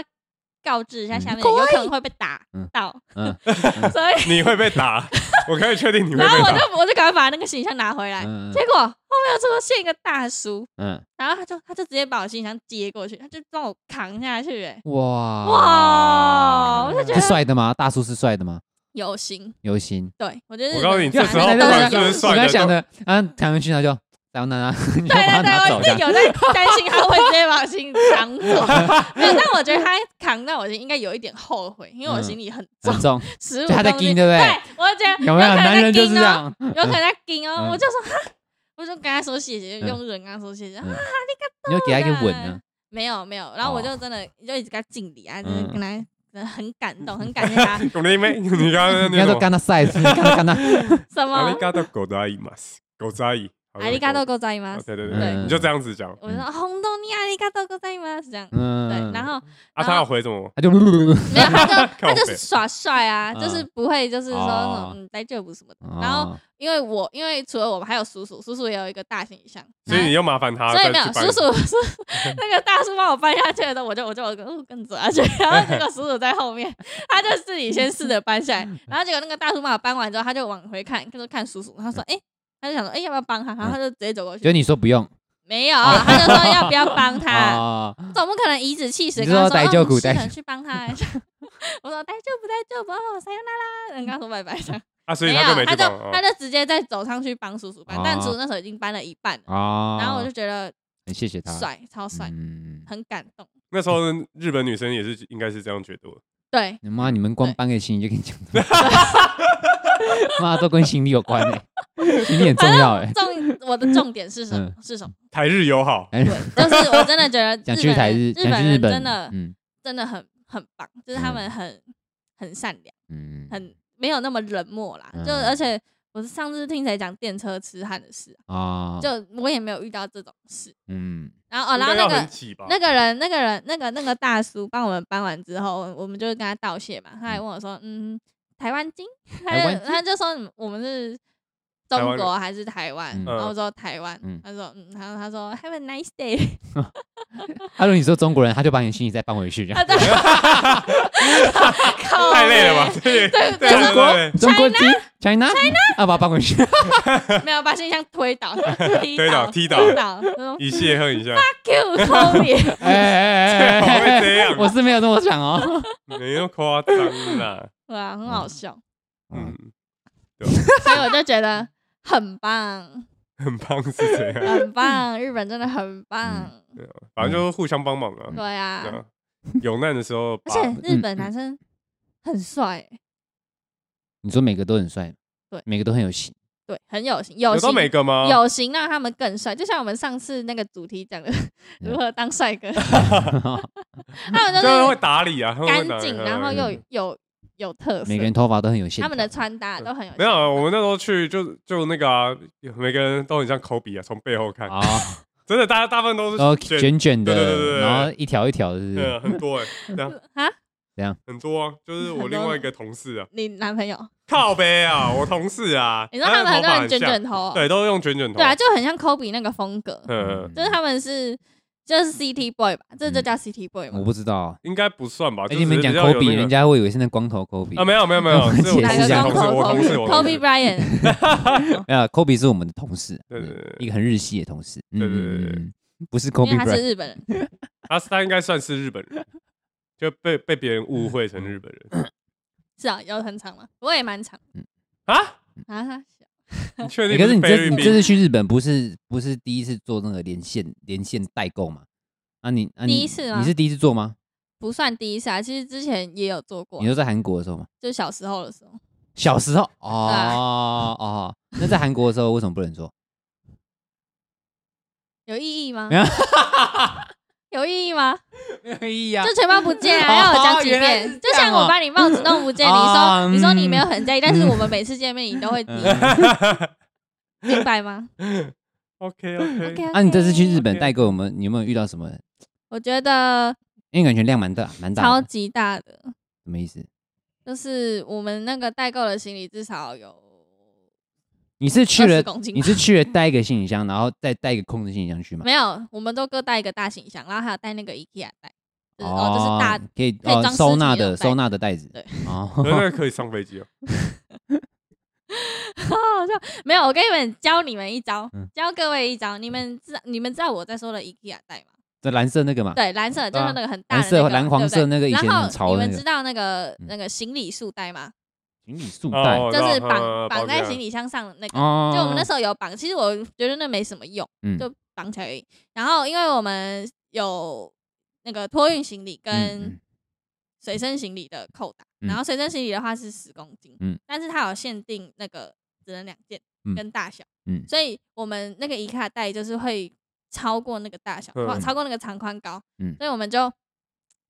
C: 告知一
B: 嗯
C: 下下面的人有可能会被打
A: 嗯
C: 到，
A: 嗯
C: 所以
B: 你会被打，我可以确定你会
C: 然后
B: 被
C: 我
B: 打。
C: 就我就赶快把那个行李箱拿回来，
A: 嗯
C: 结果后面出现一个大叔，
A: 嗯，
C: 然后他就他就直接把我行李箱接过去，他就帮我扛下去、哎，
A: 哇
B: 啊
C: 哇我就觉得
A: 是帅的吗？大叔是帅的吗？
C: 有心，
A: 有型。
C: 对我觉得
B: 我告诉你
C: 日
B: 这
C: 本
B: 时候
C: 男
B: 不
C: 的
B: 管是
C: 都
B: 不
C: 有
B: 是
C: 心
B: 帅
A: 我
B: 的
A: 刚想的，啊，弹回去他就然后拿拿，啊 你就
C: 对
A: 把它
C: 对
A: 拿
C: 对，
A: 走
C: 我
A: 这
C: 就
A: 样。
C: 有在担心他会直接把我行李扛走， 没有，但我觉得他扛到我应该有一点后悔，因为我行李很重
A: 很， 重，
C: 十五、
A: 嗯就他在
C: 公斤，
A: 盯对不对
C: 我就觉得
A: 有没有？
C: 可能在
A: 男人就是
C: 盯
A: 这
C: 哦，
A: 样，
C: 有可能在盯哦，
A: 嗯
C: 我就说哈，我就跟他说谢谢，
A: 嗯
C: 用日文跟他说谢谢，
A: 嗯 你就给他一个吻啊呢。
C: 没有没有，然后我就真的就一直跟他敬礼啊，就是
A: 嗯
C: 跟他真的很感动，很感 谢他
B: 我你没，你刚刚
A: 你要
B: 那
A: 说
B: 种
A: 干他赛事，干他干他，
C: 什
B: 阿里
C: 么。
B: 嘎多狗仔伊嘛，狗仔伊，好
C: 阿里嘎多，够在吗
B: 啊？对对对，
A: 嗯
B: 你就这样子讲。
C: 我就说哦红豆你阿里嘎多够在吗？是这样。
A: 嗯，
C: 对，然后
B: 啊，他要回什么？
A: 他就然
C: 没有 他就
B: 靠
C: 他就
B: 北
C: 耍帅啊，
A: 嗯
C: 就是不会就是说那
A: 哦
C: 种嗯待 job 什么的。 然后因为我因为除了我们还有叔叔，叔叔也有一个大行李箱，
B: 所以你又麻烦他，
C: 所以
B: 再
C: 没有
B: 去搬
C: 叔叔叔那个大叔帮我搬下去的时候，我就我就我跟我跟着下去，然后结果叔叔在后面，他就自己先试着搬下来，然后结果那个大叔帮我搬完之后，他就往回看，就是看叔叔，他说哎、诶他就想说哎、诶要不要帮他，然后他就直接走过去，
A: 就哦你说不用
C: 没有，啊他就说要不要帮他，
A: 啊，
C: 总不可能颐指气使
A: 你
C: 跟他
A: 说
C: 说
A: 逮
C: 哦
A: 就苦
C: 你是
A: 逮
C: 的
A: 就
C: 去帮他， 我说逮就不逮就不哦，撒由那啦，人家说拜拜这样，
B: 啊，所以
C: 没
B: 他就没
C: 有，
B: 去
C: 他
B: 帮
C: 就
B: 哦
C: 他就直接再走上去帮叔叔搬，但
A: 哦
C: 叔叔那时候已经搬了一半了，
A: 啊，
C: 然后我就觉得
A: 很谢谢他，
C: 帅，超帅。
A: 啊嗯，
C: 很感动。
B: 那时候日本女生也是应该是这样觉得的。
C: 对，
A: 你妈，你们光搬个行李就跟你 讲这么多，妈都跟行李有关 哎，行李很重要哎，
C: 重我的重点是什么？
A: 嗯
C: 是什么？
B: 台日友好，
A: 哎
C: 对，就是我真的觉得
A: 想
C: 日本
A: 去台
C: 人
A: 日，
C: 日
A: 想
C: 本
A: 去日
C: 人
A: 本，
C: 真的
A: 嗯
C: 真的很很棒，就是他们很很善良，
A: 嗯，
C: 很没有那么冷漠啦。就
A: 嗯
C: 而且我上次听谁讲电车痴汉的事啊，
A: 啊，
C: 就我也没有遇到这种事。
A: 嗯
C: 然后哦，然后
B: 应该
C: 那
B: 要很
C: 个。
B: 挤吧？
C: 那个人，那个人，那个那个大叔帮我们搬完之后，我们就跟他道谢嘛。他还问我说：“嗯，台湾金？” 他
A: 台湾
C: 就
A: 金
C: 他就说你们我们是
B: 台湾
C: 中
B: 人
C: 国还是台湾？
A: 嗯
C: 然后我说台湾
A: 嗯，
C: 他说嗯，然后他说 Have a nice day。
A: 他啊说你说中国人，他就把你行李再搬回去， 这
C: 他
A: 样
C: 在靠
B: 太累了吧？对
C: 北
B: 对对，
A: 中
B: 对
A: 国中国机 China China 啊，把它搬回 去，
C: 没有把信箱推倒，踢
B: 推
C: 倒
B: 倒
C: 踢
B: 踢
C: 倒
B: 倒，
C: 他说
B: 以泄恨一下，
C: Q Tony，
A: 哎哎哎
B: 怎么会 这
A: 哎哎，
B: 样啊
A: 我是没有这么想哦，
B: 没那么夸张啦。
C: 对啊，很好笑，
A: 嗯
B: 嗯，
C: 所以我就觉得很棒，
B: 很棒是这样，
C: 很棒，日本真的很棒，
B: 反正就是互相帮忙啊。
C: 对
B: 对
C: 啊，
B: 啊有难的时候
C: 而
B: 把，
C: 且
A: 嗯
C: 日本男生很帅欸，
A: 你说每个都很帅，
C: 对
A: 每个都很有型，
C: 对，很有型，有
B: 有到啊
C: 型
B: 每个吗？
C: 有型让他们更帅，就像我们上次那个主题 讲的，如何当 帅哥，他
B: 就
C: 们都
B: 是会
C: 是
B: 打理啊，他们会打
C: 干
B: 理
C: 净，
B: 嗯
C: 然后
B: 嗯
C: 又有有有特色
A: 每，个人头发都很有线条，
C: 他们的穿搭都很有
B: 没有啊，我们那时候去就就那个啊，每个人都很像科比啊，从背后看，
A: 啊，哦
B: 真的，大家大部分都
A: 然后
B: 是卷，
A: 卷卷
B: 对对对
A: 的，
B: 对对
A: 然后一条一条的，是 不
B: 对啊，
A: 是
B: 很多哎，这 样
C: 啊。
B: 很多啊，就是我另外一个同事啊，
C: 你男朋友？
B: 靠背 啊，我同事啊，
C: 你说他们
B: 的
C: 很多
B: 头发
C: 人卷
B: 像
C: 卷头、哦，
B: 对，都是用卷卷头，
C: 对啊，就很像 Kobe 那个风格，
B: 嗯，嗯
C: 就是他们是就是 CT boy 吧，这就
A: 嗯
C: 叫 CT boy
A: 我
C: 嘛。
A: 不知道，
B: 应该不算吧？
A: 而
B: 啊就
A: 且哎你们
B: 只是
A: 讲
B: 比较有
A: 科比，
B: 那个
A: 人家会以为现在光头科比
B: 啊，，没有没有没有，
A: 我
B: 是我
A: 解
B: 同
A: 释
B: 事
A: 一下
B: 同事，我同事，我
C: Kobe
B: 同
C: Kobe
B: 事，
C: Bryant，
A: 没有，科比是我们的同事，
B: 对对
A: 嗯
B: 对
A: 一个很日系的同事，嗯
B: 对对对对
A: 嗯嗯不是
C: 因
A: 科比
C: 为他是
A: Bryant，
C: 日本人，
B: 他啊他应该算是日本人，就被被别人误会成日本
A: 嗯
B: 人
C: 是啊，有很长吗？我也蛮长
B: 啊？
C: 啊。
B: 你确
A: 欸
B: 定不
A: 可是
B: 是
A: 你
B: 菲
A: 这
B: 律
A: 你这
B: 宾？
A: 次去日本不是不是第一次做那个连线连线代购嘛？啊你啊你
C: 第一次吗
A: 你是第一次做吗？
C: 不算第一次啊，其实之前也有做过
A: 你，说在韩国的时候吗？
C: 就小时候的时候，
A: 小时候
C: 啊
A: 哦哦，那在韩国的时候为什么不 能做？
C: 有意义吗
A: 没有？
C: 有意 义吗？
A: 没
B: 哎
A: 有意义啊
C: 就全班不见啊，
A: 哦
C: 要我讲几
A: 原来是
C: 遍？
A: 这
C: 就
A: 样
C: 像我把你帽子弄 不见，你
A: 啊
C: 说你说你
A: 嗯
C: 没有很在意，但是我们每次见面你都 会提， 明白吗
B: OK OK，
C: ？OK，
A: 啊，你这次去日
C: OK
A: 本代购，有没有你有没有遇到什么？
C: 我觉得
A: 因为感觉量蛮大，蛮大
C: 超
A: 的，
C: 级大的，
A: 什么意思？
C: 就是我们那个代购的行李至少有
A: 嗯你是去了
C: 20公，斤吧
A: 你是去了带一个行李箱，然后再带一个空的行李箱去吗？
C: 没有？我们都各带一个大行李箱，然后还有带那个 IKEA 袋，就是哦，就是大
A: 可以
C: 可以
A: 哦
C: 装，
A: 收纳
C: 尸体的
A: 的
C: 那种
A: 收纳的袋子。
C: 对，
B: 那
A: 哦，
B: 那可以上飞机哦。
C: 哦，就没有。我跟你们教你们一招
A: 嗯，
C: 教各位一招。你们知你们知道我在说的 IKEA 袋吗？
A: 这蓝色那个嘛，
C: 对，蓝色就
A: 对啊
C: 是那个很大
A: 蓝
C: 的那
A: 色
C: 个
A: 蓝黄色
C: 对不
A: 那
C: 对
A: 个以前
C: 然
A: 很
C: 后
A: 潮
C: 你
A: 的
C: 们
A: 那
C: 知
A: 个
C: 道那个
A: 嗯
C: 那个行李束带吗？
A: 行李束带
B: 哦，我知
C: 就
B: 道
C: 是
B: 嗯
C: 绑
B: 包
C: 绑在
B: 起来
C: 行李箱上的那个。
A: 哦
C: 就我们那时候有绑，其实我觉得那没什么用，
A: 嗯
C: 就绑起来而已。然后因为我们有那个托运行李跟
A: 嗯
C: 随身行李的扣打，
A: 嗯
C: 然后随身行李的话是十公斤，
A: 嗯
C: 但是它有限定那个只能两件
A: 嗯
C: 跟大小，
A: 嗯
C: 所以我们那个一卡带就是会超过那个大小，
B: 嗯
C: 超过那个长宽高，
A: 嗯
C: 所以我们就。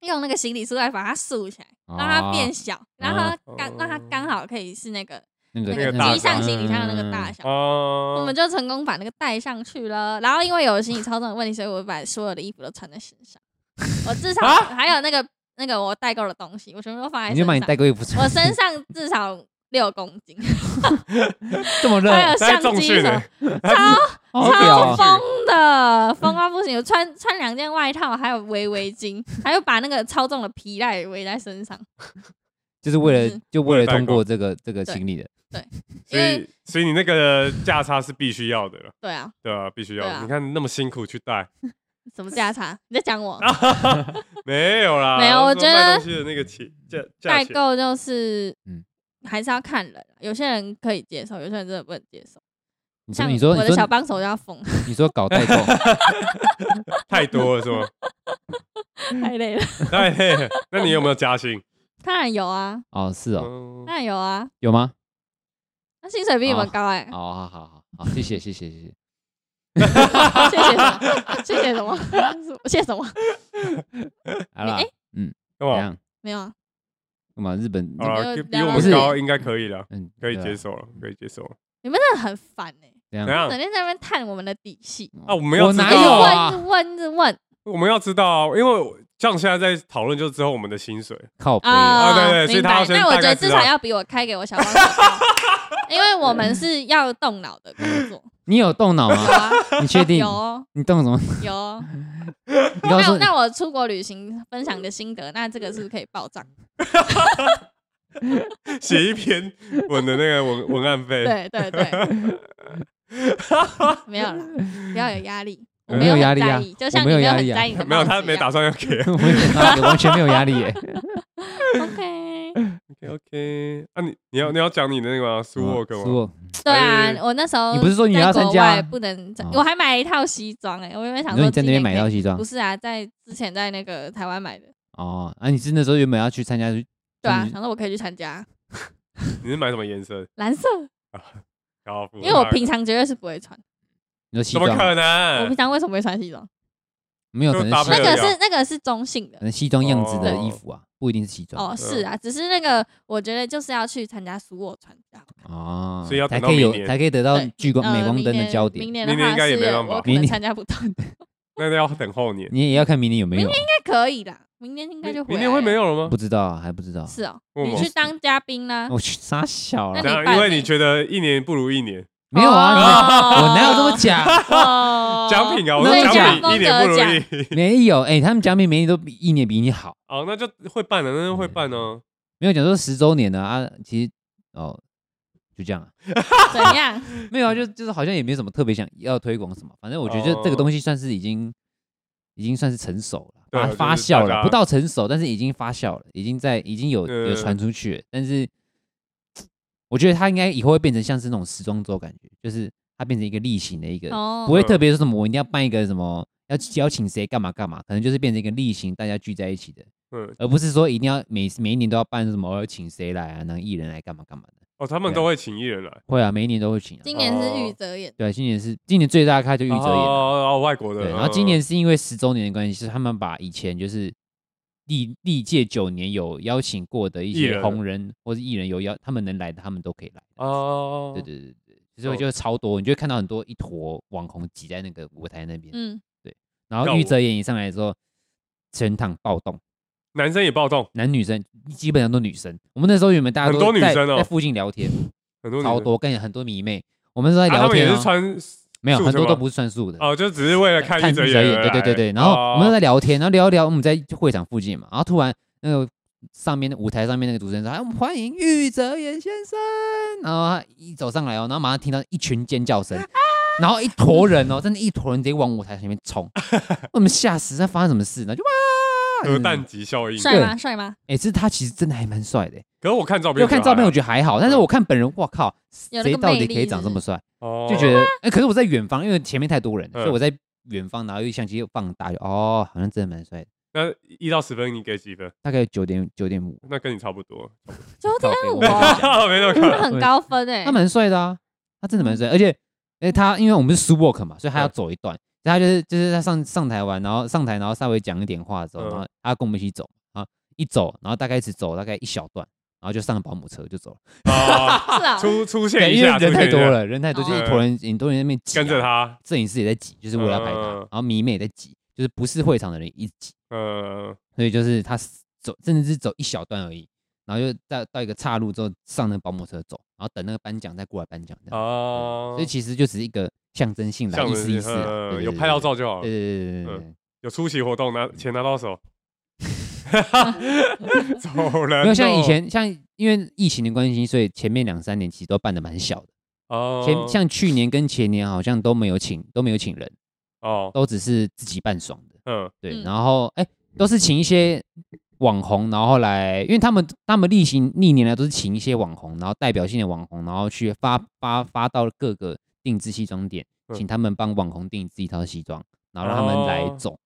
C: 用那个行李束来把它束起来，
A: 哦
C: 让它变小，然后它
B: 哦
C: 刚让它刚好可以是那个
A: 那个嗯
B: 那个大
C: 个机上行李箱的那个大，小，
B: 哦，
C: 我们就成功把那个带上去了。然后因为有行李超重的问题，所以我把所有的衣服都穿在身上。我至少
A: 啊
C: 还有那个那个我代购的东西，我全部都放在
A: 你
C: 身
A: 就把你
C: 上。
A: 带过去不穿，
C: 我身上至少六公斤，
A: 这么热，
C: 还有
B: 在
C: 相
B: 重
C: 机
B: 训
C: 什
B: 呢
C: 么，
B: 他
A: 好屌哦！
C: 哎超疯的，疯到不行！我穿穿两件外套，还有围围巾，还有把那个超重的皮带围在身上，
A: 就是为了
C: 是
A: 就为
B: 为
A: 了
B: 了代
A: 通过
B: 购
A: 这个这个
C: 嗯对
A: 行李的，
B: 所
C: 因为
B: 以所以你那个价差是必须要的了，
C: 对啊，
B: 对吧？必须要
C: 对
B: 的，
C: 啊
B: 你看那么辛苦去带，
C: 什么价差？你在讲我？
A: 啊
B: 没有啦，
C: 没有我
B: 说
C: 觉得
B: 卖东西的那个钱价价
C: 代
B: 钱
C: 购就是，
A: 嗯
C: 还是要看人，啊有些人可以接受，有些人真的不能接受。
A: 你说
C: 像
A: 你说
C: 我
A: 你
C: 的小
A: 说
C: 帮手要疯，
A: 你说搞 代购，
B: 太多了是吗？
A: 嗯
C: 太累了。
B: 太累了，那你有没有加薪？
C: 当然有啊，
A: 哦，是哦，
B: 嗯
C: 当然有啊，
A: 有吗？
C: 那薪水比你们高哎、
A: 哦，好好好好，谢谢谢谢谢谢，
C: 谢谢什么？谢谢什么？ 谢谢什么？
A: 好了
C: 哎，
B: 干
A: 怎
B: 嘛？
A: 样？
C: 没有啊，
A: 干嘛？日本日
B: 好
A: 本
B: 了，
C: 就
B: 比
C: 聊
B: 哦比我
C: 到
A: 这
B: 们
A: 里
B: 高应该可以了，
A: 嗯，
B: 可以
A: 对啊
B: 接受了，可以接受了。
C: 你们真的很烦哎、
B: 怎
A: 怎样？
B: 样
C: 整？天在那边探我们的底细，哎
B: 啊，我们要
A: 我
B: 知
A: 哪
B: 道
A: 有
B: 啊
A: 啊
C: 问问问问
B: 我们要知道啊，因为我像现在在讨论，就是之后我们的薪水，
A: 靠背
B: 啊对对所以
C: 明
B: 他要
C: 白。
B: 先
C: 那我
B: 大
C: 觉
B: 概
C: 得
B: 知
C: 至
B: 道
C: 少要比我开给我小帮手高， 因为我们是要动脑的工作。
A: 你有动脑
C: 有
A: 吗？
C: 啊，
A: 你确定
C: 有？哦
A: 你动什么？
C: 有哦。
A: 你告
C: 那
A: 诉
C: 我那我出国旅行分享的心得，那这个是不是可以报账？
B: 写一篇文的那个文文案费，
C: 对 对对，没有啦，不要有压力。
A: 我
C: 没
A: 没有
C: 很
A: 压力
C: 在
A: 啊
C: 意就像
A: 我
C: 你
A: 没有
C: 有
A: 压
C: 很
A: 力啊
C: 在意你的
B: 没有，
C: 帽子
B: 他
C: 一
B: 没
C: 样
B: 打算要给。
A: 我也压力完全没有压 力耶。
C: OK，
B: OK OK，啊，你你要你要讲你的那个吗？苏沃克
A: 苏
B: 吗？
A: 沃
C: 对啊
B: 哎，
C: 我那时候
A: 你不是说你
C: 在
A: 要参
C: 国
A: 加
C: 外不能在，
A: 哦
C: 我还买了一套西装哎，我原本想
A: 你说你在
C: 今
A: 那边
C: 年
A: 买
C: 可以
A: 到西装
C: 不是啊，在之前在那个台湾买的，
A: 哦，啊，你是那时候原本要去参加，
C: 对啊
A: 嗯，
C: 想说我可以去参加
B: 你是买什么颜色？
C: 蓝色，
B: 然后因
C: 因为我平常绝对是不会穿，
A: 你说西
B: 怎么
A: 装
B: 可
C: 我
B: 能
C: 平？常为什么会穿西装？
A: 没有可
B: 就搭
A: 能西
B: 配
C: 那
B: 而
C: 个
B: 已啊
C: 是那个是中性的
A: 可能西装样子的
B: 哦
A: 衣服啊，不一定是西装
B: 嗯
C: 哦，是啊，只是那个我觉得就是要去参加苏沃穿比较好看。
A: 哦，
B: 所以要
A: 才
B: 等到
A: 可以有
B: 明年
A: 才可以得到
C: 对
A: 聚光镁
C: 呃
A: 光
C: 明
A: 灯的
C: 年
A: 焦点
C: 明。年
B: 明
C: 的
B: 年应
C: 话
B: 该也
C: 是
B: 没办法
C: 我可
A: 明
C: 能
A: 年
C: 参加不到，应
B: 那要等后年，
A: 你也要看明年有没有，
C: 该可以啦，明年应该
B: 明
C: 就
B: 明年会没
C: 有。
B: 有了吗
A: 不？知道啊还不知道。
C: 是哦，
B: 为什
C: 你
B: 么
C: 去当嘉宾啦。
A: 我去傻小
C: 那
A: 了
C: 你，
B: 怎样
C: 办
B: 因为你
C: 呢
B: 觉得一年不如一年，
A: 没有啊，
C: 哦
A: 我哪有这么？ 假？
C: 哦
B: 奖品啊，我
A: 那
B: 说
A: 你
B: 奖
A: 讲
B: 品一年不如一
C: 讲
B: 年。
A: 没有，哎，他们奖品每年都比一年比一年好，
B: 哦，那就会办了，那就会办哦。
A: 没有讲说十周年的啊，其实哦就这样啊，
C: 怎样？
A: 没有啊，就就是好像也没什么特别想要推广什么，反正我觉得
B: 嗯哦
A: 这个东西算是已经已经算是成熟了，
B: 对啊
A: 发
B: 就是
A: 发酵
B: 大家
A: 了，不到成熟，但是已经发酵了，已经在已经有有
B: 嗯
A: 传出去了，但是我觉得它应该以后会变成像是那种时装周感觉，就是它变成一个例行的一个，
C: 哦
A: 不会特别说什么我一定要办一个什么。要邀请谁干嘛干嘛，可能就是变成一个例行，大家聚在一起的，
B: 嗯，
A: 而不是说一定要每每一年都要办什么，我要请谁来啊，那艺人来干嘛干嘛的。
B: 哦，他们都会请艺人来。
A: 会啊，每一年都会请、啊。
C: 今年是玉泽演，
A: 对，啊今年是今年最大咖就玉泽演
B: 哦
A: 了、
B: 哦，哦外国的。
A: 对，然
B: 嗯
A: 后今年是因为十周年的关系，是他们把以前就是历历届九年有邀请过的一
B: 艺
A: 些
B: 人
A: 红人或是艺人有邀，他们能来的他们都可以来。
B: 哦，
A: 对对对对，所以我觉得超多，你就会看到很多一坨网红挤在那个舞台那边，
C: 嗯，
A: 然后
B: 跳
A: 玉
B: 舞
A: 泽演一上来之后，全场暴动，
B: 男生也暴动，
A: 男女生基本上都女生。我们那时候原本大家
B: 很
A: 都
B: 多女
A: 在
B: 生哦
A: 在附近聊天，
B: 很多女
A: 超
B: 生。
A: 多，跟你很多迷妹，我们都在
B: 啊
A: 聊
B: 他们
A: 天、
B: 也
A: 哦
B: 是穿
A: 没有
B: 素
A: 很
B: 什
A: 多都
B: 么
A: 不是算数的，
B: 哦，就只是为了看
A: 看
B: 一
A: 一
B: 则
A: 则
B: 演
A: 演，
B: 而
A: 对对对
B: 来
A: 对。然后我们都
B: 哦
A: 在聊天，然后聊一聊，我们在会场附近嘛，然后突然那个上面的舞台上面那个主持人说：“哎，我们欢迎玉泽演先生。”然后他一走上来哦，然后马上听到一群尖叫声，然后一坨人哦，真的一坨人直接往舞台前面 冲，我们吓死，那发生什么事呢？就哇！嗯
B: 核弹级效应。
C: 帅吗？帅吗？
A: 哎，这他其实真的还蛮帅的，
B: 可是我看照片，
A: 就看照片我觉得还好，
B: 嗯
A: 但是我看本人，哇靠，
C: 有那
A: 谁
C: 个
A: 到
C: 魅
A: 底
C: 力
A: 可以长这
C: 是不
A: 么帅？
B: 得
A: 就觉得，哎、可是我在远方，因为前面太多人了，所以
B: 哦嗯
A: 我在远方，然后用相机又放大，就哦，好像真的蛮帅的，
B: 那一到十分你给几分？
A: 大概九点九点五，
B: 那跟你差不多，哦啊
C: 九点五，
A: 靠北
C: 哦
B: 没那么
C: 真的
B: 高。
C: 很高分哎
A: 他。蛮帅的啊，他真的蛮帅，而且，哎、他因为我们是 s u walk 嘛，所以他要
B: 嗯
A: 走一段，所以他就是就是他上上台完，然后上台，然后稍微讲一点话之后，
B: 嗯
A: 然后他跟我们一起走啊，一走，然后大概只走大概一小段，然后就上保姆车就走了。
B: 啊，
C: 是啊，
B: 出出现
A: 对，
B: 一
A: 因为
B: 下，
A: 人
B: 出
A: 太
B: 现一
A: 多
B: 下，嗯
A: 了，人太多，就一坨人，很多人在那边挤啊，
B: 跟着他，
A: 摄影师也在挤，就是为了要拍他，
B: 嗯
A: 然后迷妹也在挤，就是不是会场的人一挤，
B: 嗯，
A: 所以就是他走，真的是走一小段而已，然后就到到一个岔路之后上那个保姆车走，然后等那个颁奖再过来颁奖这样。
B: 哦
A: 所以，其实就只是一个象征性的，
B: 像
A: 意思意思啊，
B: 嗯
A: 对
B: 有拍到，照呃就好
A: 对
B: 了，
A: 对对对对对对，
B: 有出席活动拿钱拿到 手，走人哦，
A: 没有像以前像因为疫情的关系，所以前面两三年其实都办的蛮小的，
B: 哦，
A: 前像去年跟前年好像都没有请都没有请人，
B: 哦，
A: 都只是自己办爽的。
B: 嗯
A: 对，
C: 嗯
A: 然后哎、都是请一些网红，然后来，因为他们他们历行历年来都是请一些网红，然后代表性的网红，然后去发发发到各个定制西装店，
B: 嗯
A: 请他们帮网红定制一套西装，然后让他们来
B: 哦
A: 走。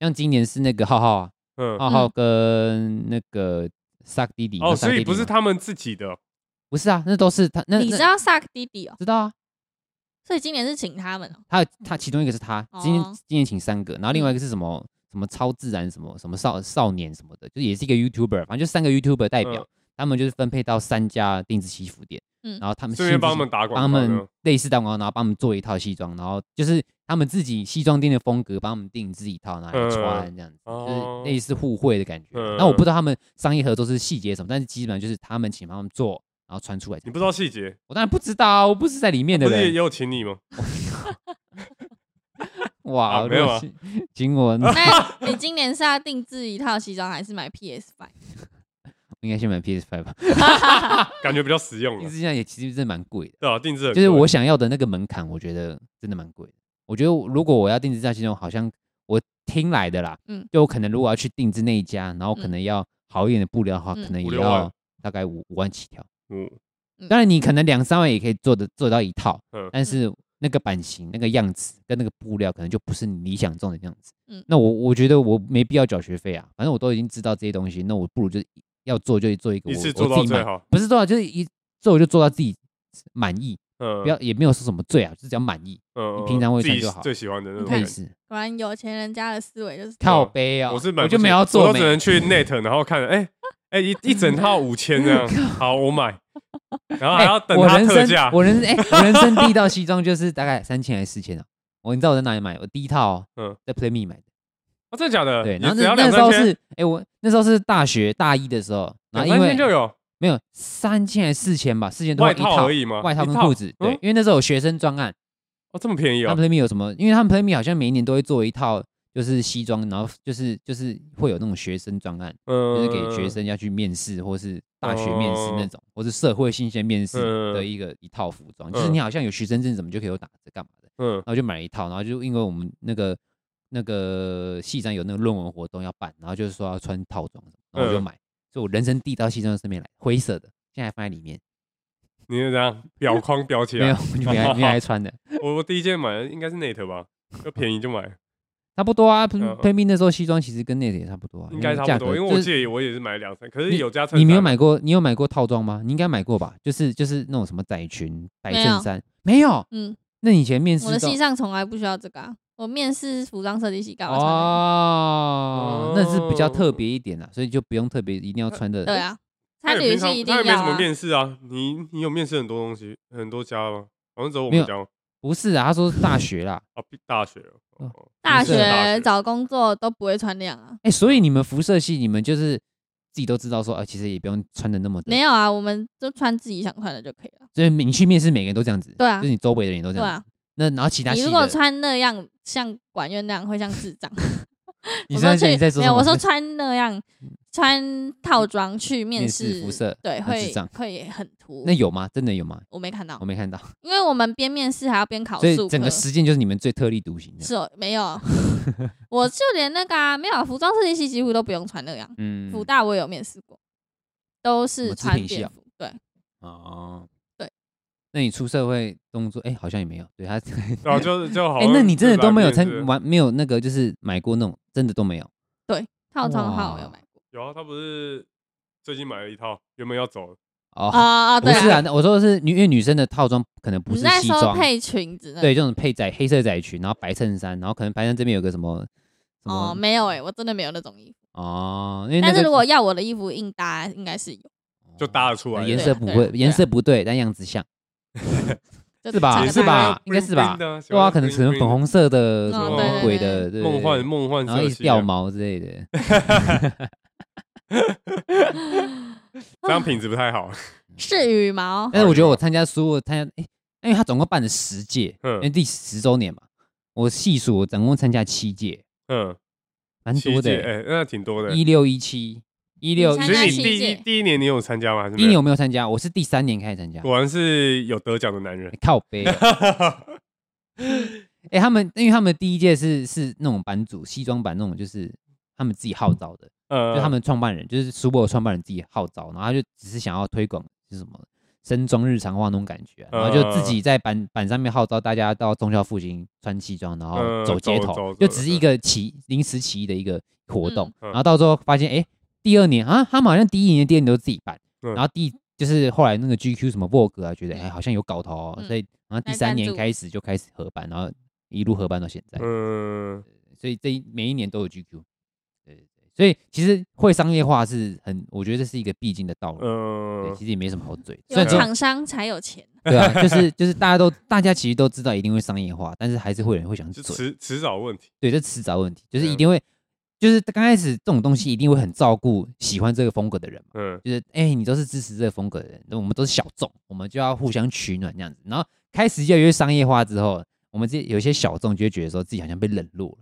A: 像今年是那个浩浩啊，
B: 嗯，
A: 浩浩跟那个萨克弟弟
B: 哦，所以不是，
A: 萨克弟弟吗
B: 他们自己的，
A: 不是啊，那都是他，那
C: 你
A: 那
C: 知道萨克弟弟哦，
A: 知道啊，
C: 所以今年是请他们 哦，
A: 他有他其中一个是他，今天
C: 哦嗯
A: 今天请三个，然后另外一个是什么什么超自然什么什么少少年什么的，就也是一个 YouTuber，反正就三个 YouTuber 代表
B: 嗯，
A: 他们就是分配到三家定制西服店，
C: 嗯
A: 然后他们
B: 顺便帮他
A: 们
B: 们打
A: 帮
B: 广告
A: 他
B: 呢，
A: 们类似当广告，然后帮他们做一套西装，然后就是他们自己西装店的风格，帮他们定制一套，然后来穿这样子，
B: 哦
A: 就是类似互惠的感觉
B: 嗯。
A: 那我不知道他们商业合作是细节什么，但是基本上就是他们请他们做，然后穿出来。
B: 你不知道细节，
A: 我当然不知道啊，我不是在里面的
B: 不是也
A: 人
B: 也。有请你吗？
A: 哇，
B: 啊
A: 如
B: 没有
A: 果
B: 啊
A: 请 请我，
C: 那你今年是要定制一套西装，还是买 PS Five？
A: 应该先买 PS Five 吧。
B: 感觉比较实用
A: 定
B: 啊，
A: 制价也其实真的蛮贵的，
B: 对啊，定制很
A: 就是
B: 贵
A: 我想要的那个门槛，我觉得真的蛮贵的。我觉得如果我要定制价其中，好像我听来的啦，
C: 嗯
A: 就我可能如果要去定制那一家，然后可能要好一点的布料的话，
C: 嗯
A: 可能
B: 五
A: 也
B: 六万
A: 要大概五五万起跳。
B: 嗯
C: 嗯
A: 当然，你可能两三万也可以做的做到一套，
B: 嗯
A: 但是那个版型、那个样子跟那个布料，可能就不是你理想中的样子。
C: 嗯
A: 那我我觉得我没必要缴学费啊，反正我都已经知道这些东西，那我不如就要做就做一个我
B: 一次
A: 我
B: 做到
A: 自己
B: 最
A: 买
B: 好，
A: 不是多少，就是一做就做到自己满意，
B: 嗯，
A: 不要也没有说什么罪啊，就是只要满意，
B: 嗯，嗯
A: 平常会
B: 自己
A: 穿就好
B: 最喜欢的那种
C: 看
A: 类
B: 感觉。
A: 似
C: 果然有钱人家的思维就是
A: 靠背啊，
B: 啊我是买
A: 我
B: 不
A: 就
B: 起
A: 没有要
B: 我
A: 做
B: 都只
A: 美，
B: 能 去 Net 然后看，哎哎一一整套五千 这样，好我买，然后还
A: 哎
B: 要啊等
A: 我
B: 它
A: 人
B: 特价
A: 生，我人生哎，我人生第一套西装就是大概三千还是四千啊，我你知道我在哪里买？我第一套哦
B: 嗯
A: 在 Play Me 买的，
B: 哦真的假的？
A: 对，
B: 你
A: 然后
B: 只要
A: 那
B: 两
A: 那时
B: 三
A: 候
B: 千，
A: 是哎我那时候是大学大一的时候，然
B: 两
A: 后
B: 三
A: 因
B: 千就
A: 为
B: 有
A: 没有三千还是四千吧，四千多
B: 外
A: 一套
B: 套而已嘛，
A: 外套
B: 一
A: 跟裤子，对
B: 嗯，
A: 因为那时候有学生专案。
B: 哦这么便宜
A: 他
B: 哦，
A: 们 Play Me 有什么？因为他们 Play Me 好像每一年都会做一套，就是西装，然后就是就是会有那种学生专案，就是
B: 嗯，
A: 给学生要去面试，或是大学面试
B: 哦
A: 那种，或是社会新鲜面试
B: 嗯
A: 的一个一套服装，就是
B: 嗯
A: 你好像有学生证什么就可以有打折干嘛的。
B: 嗯，
A: 然后就买了一套，然后就因为我们那个那个系上有那个论文活动要办，然后就是说要穿套装什么，然后我就
B: 嗯
A: 买，所以我人生第一套西装是面来灰色的，现在还放在里面，
B: 你是这 样表框裱起
A: 没有
B: 来，
A: 就没来没来 穿的。
B: 我我第一件买的应该是 Net 吧，就便宜就 买，
A: 差不多啊
B: 嗯
A: ，Play Me 那时候西装其实跟那个也差不多啊，
B: 应该差
A: 价
B: 不多，
A: 格
B: 因为
A: 就
B: 我
A: 是
B: 记得我也是买了两三，可是有加衬衫，
A: 你没有买过，你有买过套装吗？你应该买过吧？就是就是那种什么窄裙、白
C: 没
A: 衬
C: 有
A: 衫，没有。
C: 嗯，
A: 那你以前面试
C: 我的
A: 到
C: 系上从来不需要这个、啊，我面试服装设计系干嘛穿那个、
A: 哦，那是比较特
B: 哦
A: 别一点啦，所以就不用特别一定要穿的。
C: 对，啊，
B: 他
C: 参
B: 也
C: 旅
B: 平常
C: 系一定
B: 他也没
C: 要
B: 什么
C: 啊。
B: 面试啊，你你有面试很多东西，很多家吗？好像只有我
A: 没有
B: 们家吗
A: 不是啊，他说是大学啦。
B: 啊，毕大学哦
A: 哦
B: 哦
C: 大
A: 不是
C: 学找工作都不会穿那样啊。
A: 哎，所以你们辐射系，你们就是自己都知道说，啊，其实也不用穿的那么的
C: 没，有啊，我们就穿自己想穿的就可以了。
A: 就是你去面试，每个人都这样子。
C: 对啊
A: 就是你周围的人哦也都这
C: 对
A: 样子。
C: 啊，
A: 那然后其他系的，
C: 你如果穿那样，像管院那样，会像智障。
A: 你
C: 我
A: 现在
C: 说
A: 现
C: 去
A: 在在说
C: 没
A: 什
C: 有，
A: 么？嗯
C: 我说穿那样，穿套装去面
A: 面试
C: 试
A: 辐射
C: 对，
A: 很智
C: 会
A: 障
C: 会很突兀
A: 那。有吗？真的有吗？
C: 我没看到
A: 我，没看到，
C: 因为我们边面试还要边考
A: 所以
C: 数
A: 整个
C: 科。
A: 实践就是你们最特立独行的。
C: 是哦，没有， 我就连那个、啊、没有啊服装设计系几乎都不用穿那样。
A: 嗯
C: 福大我也有面试过，都
A: 什
C: 是
A: 么织
C: 穿
A: 品系
C: 便
A: 啊
C: 服。对，
A: 哦，
C: 对。
A: 那你出社会工作，哎、好像也没有。对他，哎、
B: 然后啊就就好像
A: 那你真的
B: 就来
A: 都没有
B: 面试
A: 参玩，没有那个就是买过那种，真的都没有。
C: 套装号我有
A: 哇
C: 买过。
B: 有啊，他不是最近买了一套，原本要走了，
A: 哦，
C: 啊啊，
A: 不
C: 对
A: 是啊，，那我说的是女，因为女生的套装可能不
C: 你
A: 是
C: 那
A: 西
C: 时候
A: 装，
C: 配裙子那
A: 对，这种配窄黑色窄裙，然后白衬衫，然后可能白衬衫这边有个什么什
C: 哦，
A: 么
C: 没有哎、我真的没有那种衣服。
A: 哦，因为那
C: 但
A: 个
C: 是如果要我的衣服硬搭，应该是有，
B: 就搭得出来了，
A: 呃颜色不会
C: 对，啊
A: 颜色不对，但样子像，
C: 就是
A: 吧
B: 啊
C: 长
A: 也
C: 得
A: 是
C: 大
A: 吧
C: 概
A: 应该是吧
B: 对
A: 对啊，可能成粉红色的，
C: 嗯
A: 什么
B: 对对
A: 鬼
C: 对
A: 的，对
B: 梦幻，梦幻
A: 然后
B: 色
A: 一直
B: 系
A: 掉
B: 啊，
A: 毛之类 的。
B: 这样品质不太好。
C: 是羽毛，
A: 但是我觉得我参加苏我参加，哎、因为他总共办了十届，
B: 嗯
A: 因为第十周年嘛，我细数我总共参加七届，
B: 嗯，
A: 蛮
B: 七
A: 多
B: 届
A: 的、欸
B: 哎，那挺多的。
A: 一六一七一六
C: 你
B: 所
C: 参
B: 以
C: 加
B: 你
A: 一七，
C: 七
B: 第一
C: 届
B: 第一年你有参加吗？还是
A: 第一
B: 没
A: 年
B: 有
A: 我没有参加，我是第三年开始参加。。
B: 果然是有得奖的男人
A: 靠背啊，哎、他们因为他们第一届是是那种版主西装版那种，就是他们自己号召的，
B: 呃，
A: 就他们创办人，就是苏博的创办人自己号召，然后他就只是想要推广是什么身装日常化那种感觉啊、然后就自
B: 嗯
A: 己在板板上面号召大家到忠孝复兴穿西装，然后
B: 嗯
A: 走街
B: 走
A: 头，
B: 走
A: 就
B: 走嗯
A: 只是一个起临时起义的一个活动。
B: 嗯嗯
A: 然后到最后发现，哎、第二年啊，他们好像第一年、第二年都自己办，
B: 嗯
A: 然后第就是后来那个 GQ 什么 Vogue 啊，觉得哎、好像有搞头、哦，
C: 嗯
A: 所以然后第
C: 来
A: 三
C: 赞
A: 年
C: 助
A: 开始就开始合办，然后一路合办到现在。
B: 嗯，
A: 所以这一每一年都有 GQ。对对对，所以其实会商业化是很，我觉得这是一个必经的道路。对，
B: 嗯
A: 其实也没什么好嘴的。虽
C: 有
A: 然说，
C: 厂商才有钱，
A: 对啊，就是就是大家都大家其实都知道一定会商业化，但是还是会有人会想
B: 就
A: 嘴。
B: 迟迟早问题。
A: 对，这迟早问题，就是一
B: 嗯
A: 定会，就是刚开始这种东西一定会很照顾喜欢这个风格的人嘛。
B: 嗯
A: 就是哎、你都是支持这个风格的人，那我们都是小众，我们就要互相取暖这样子。然后开始越来越商业化之后，我们这有些小众就会觉得说自己好像被冷落了，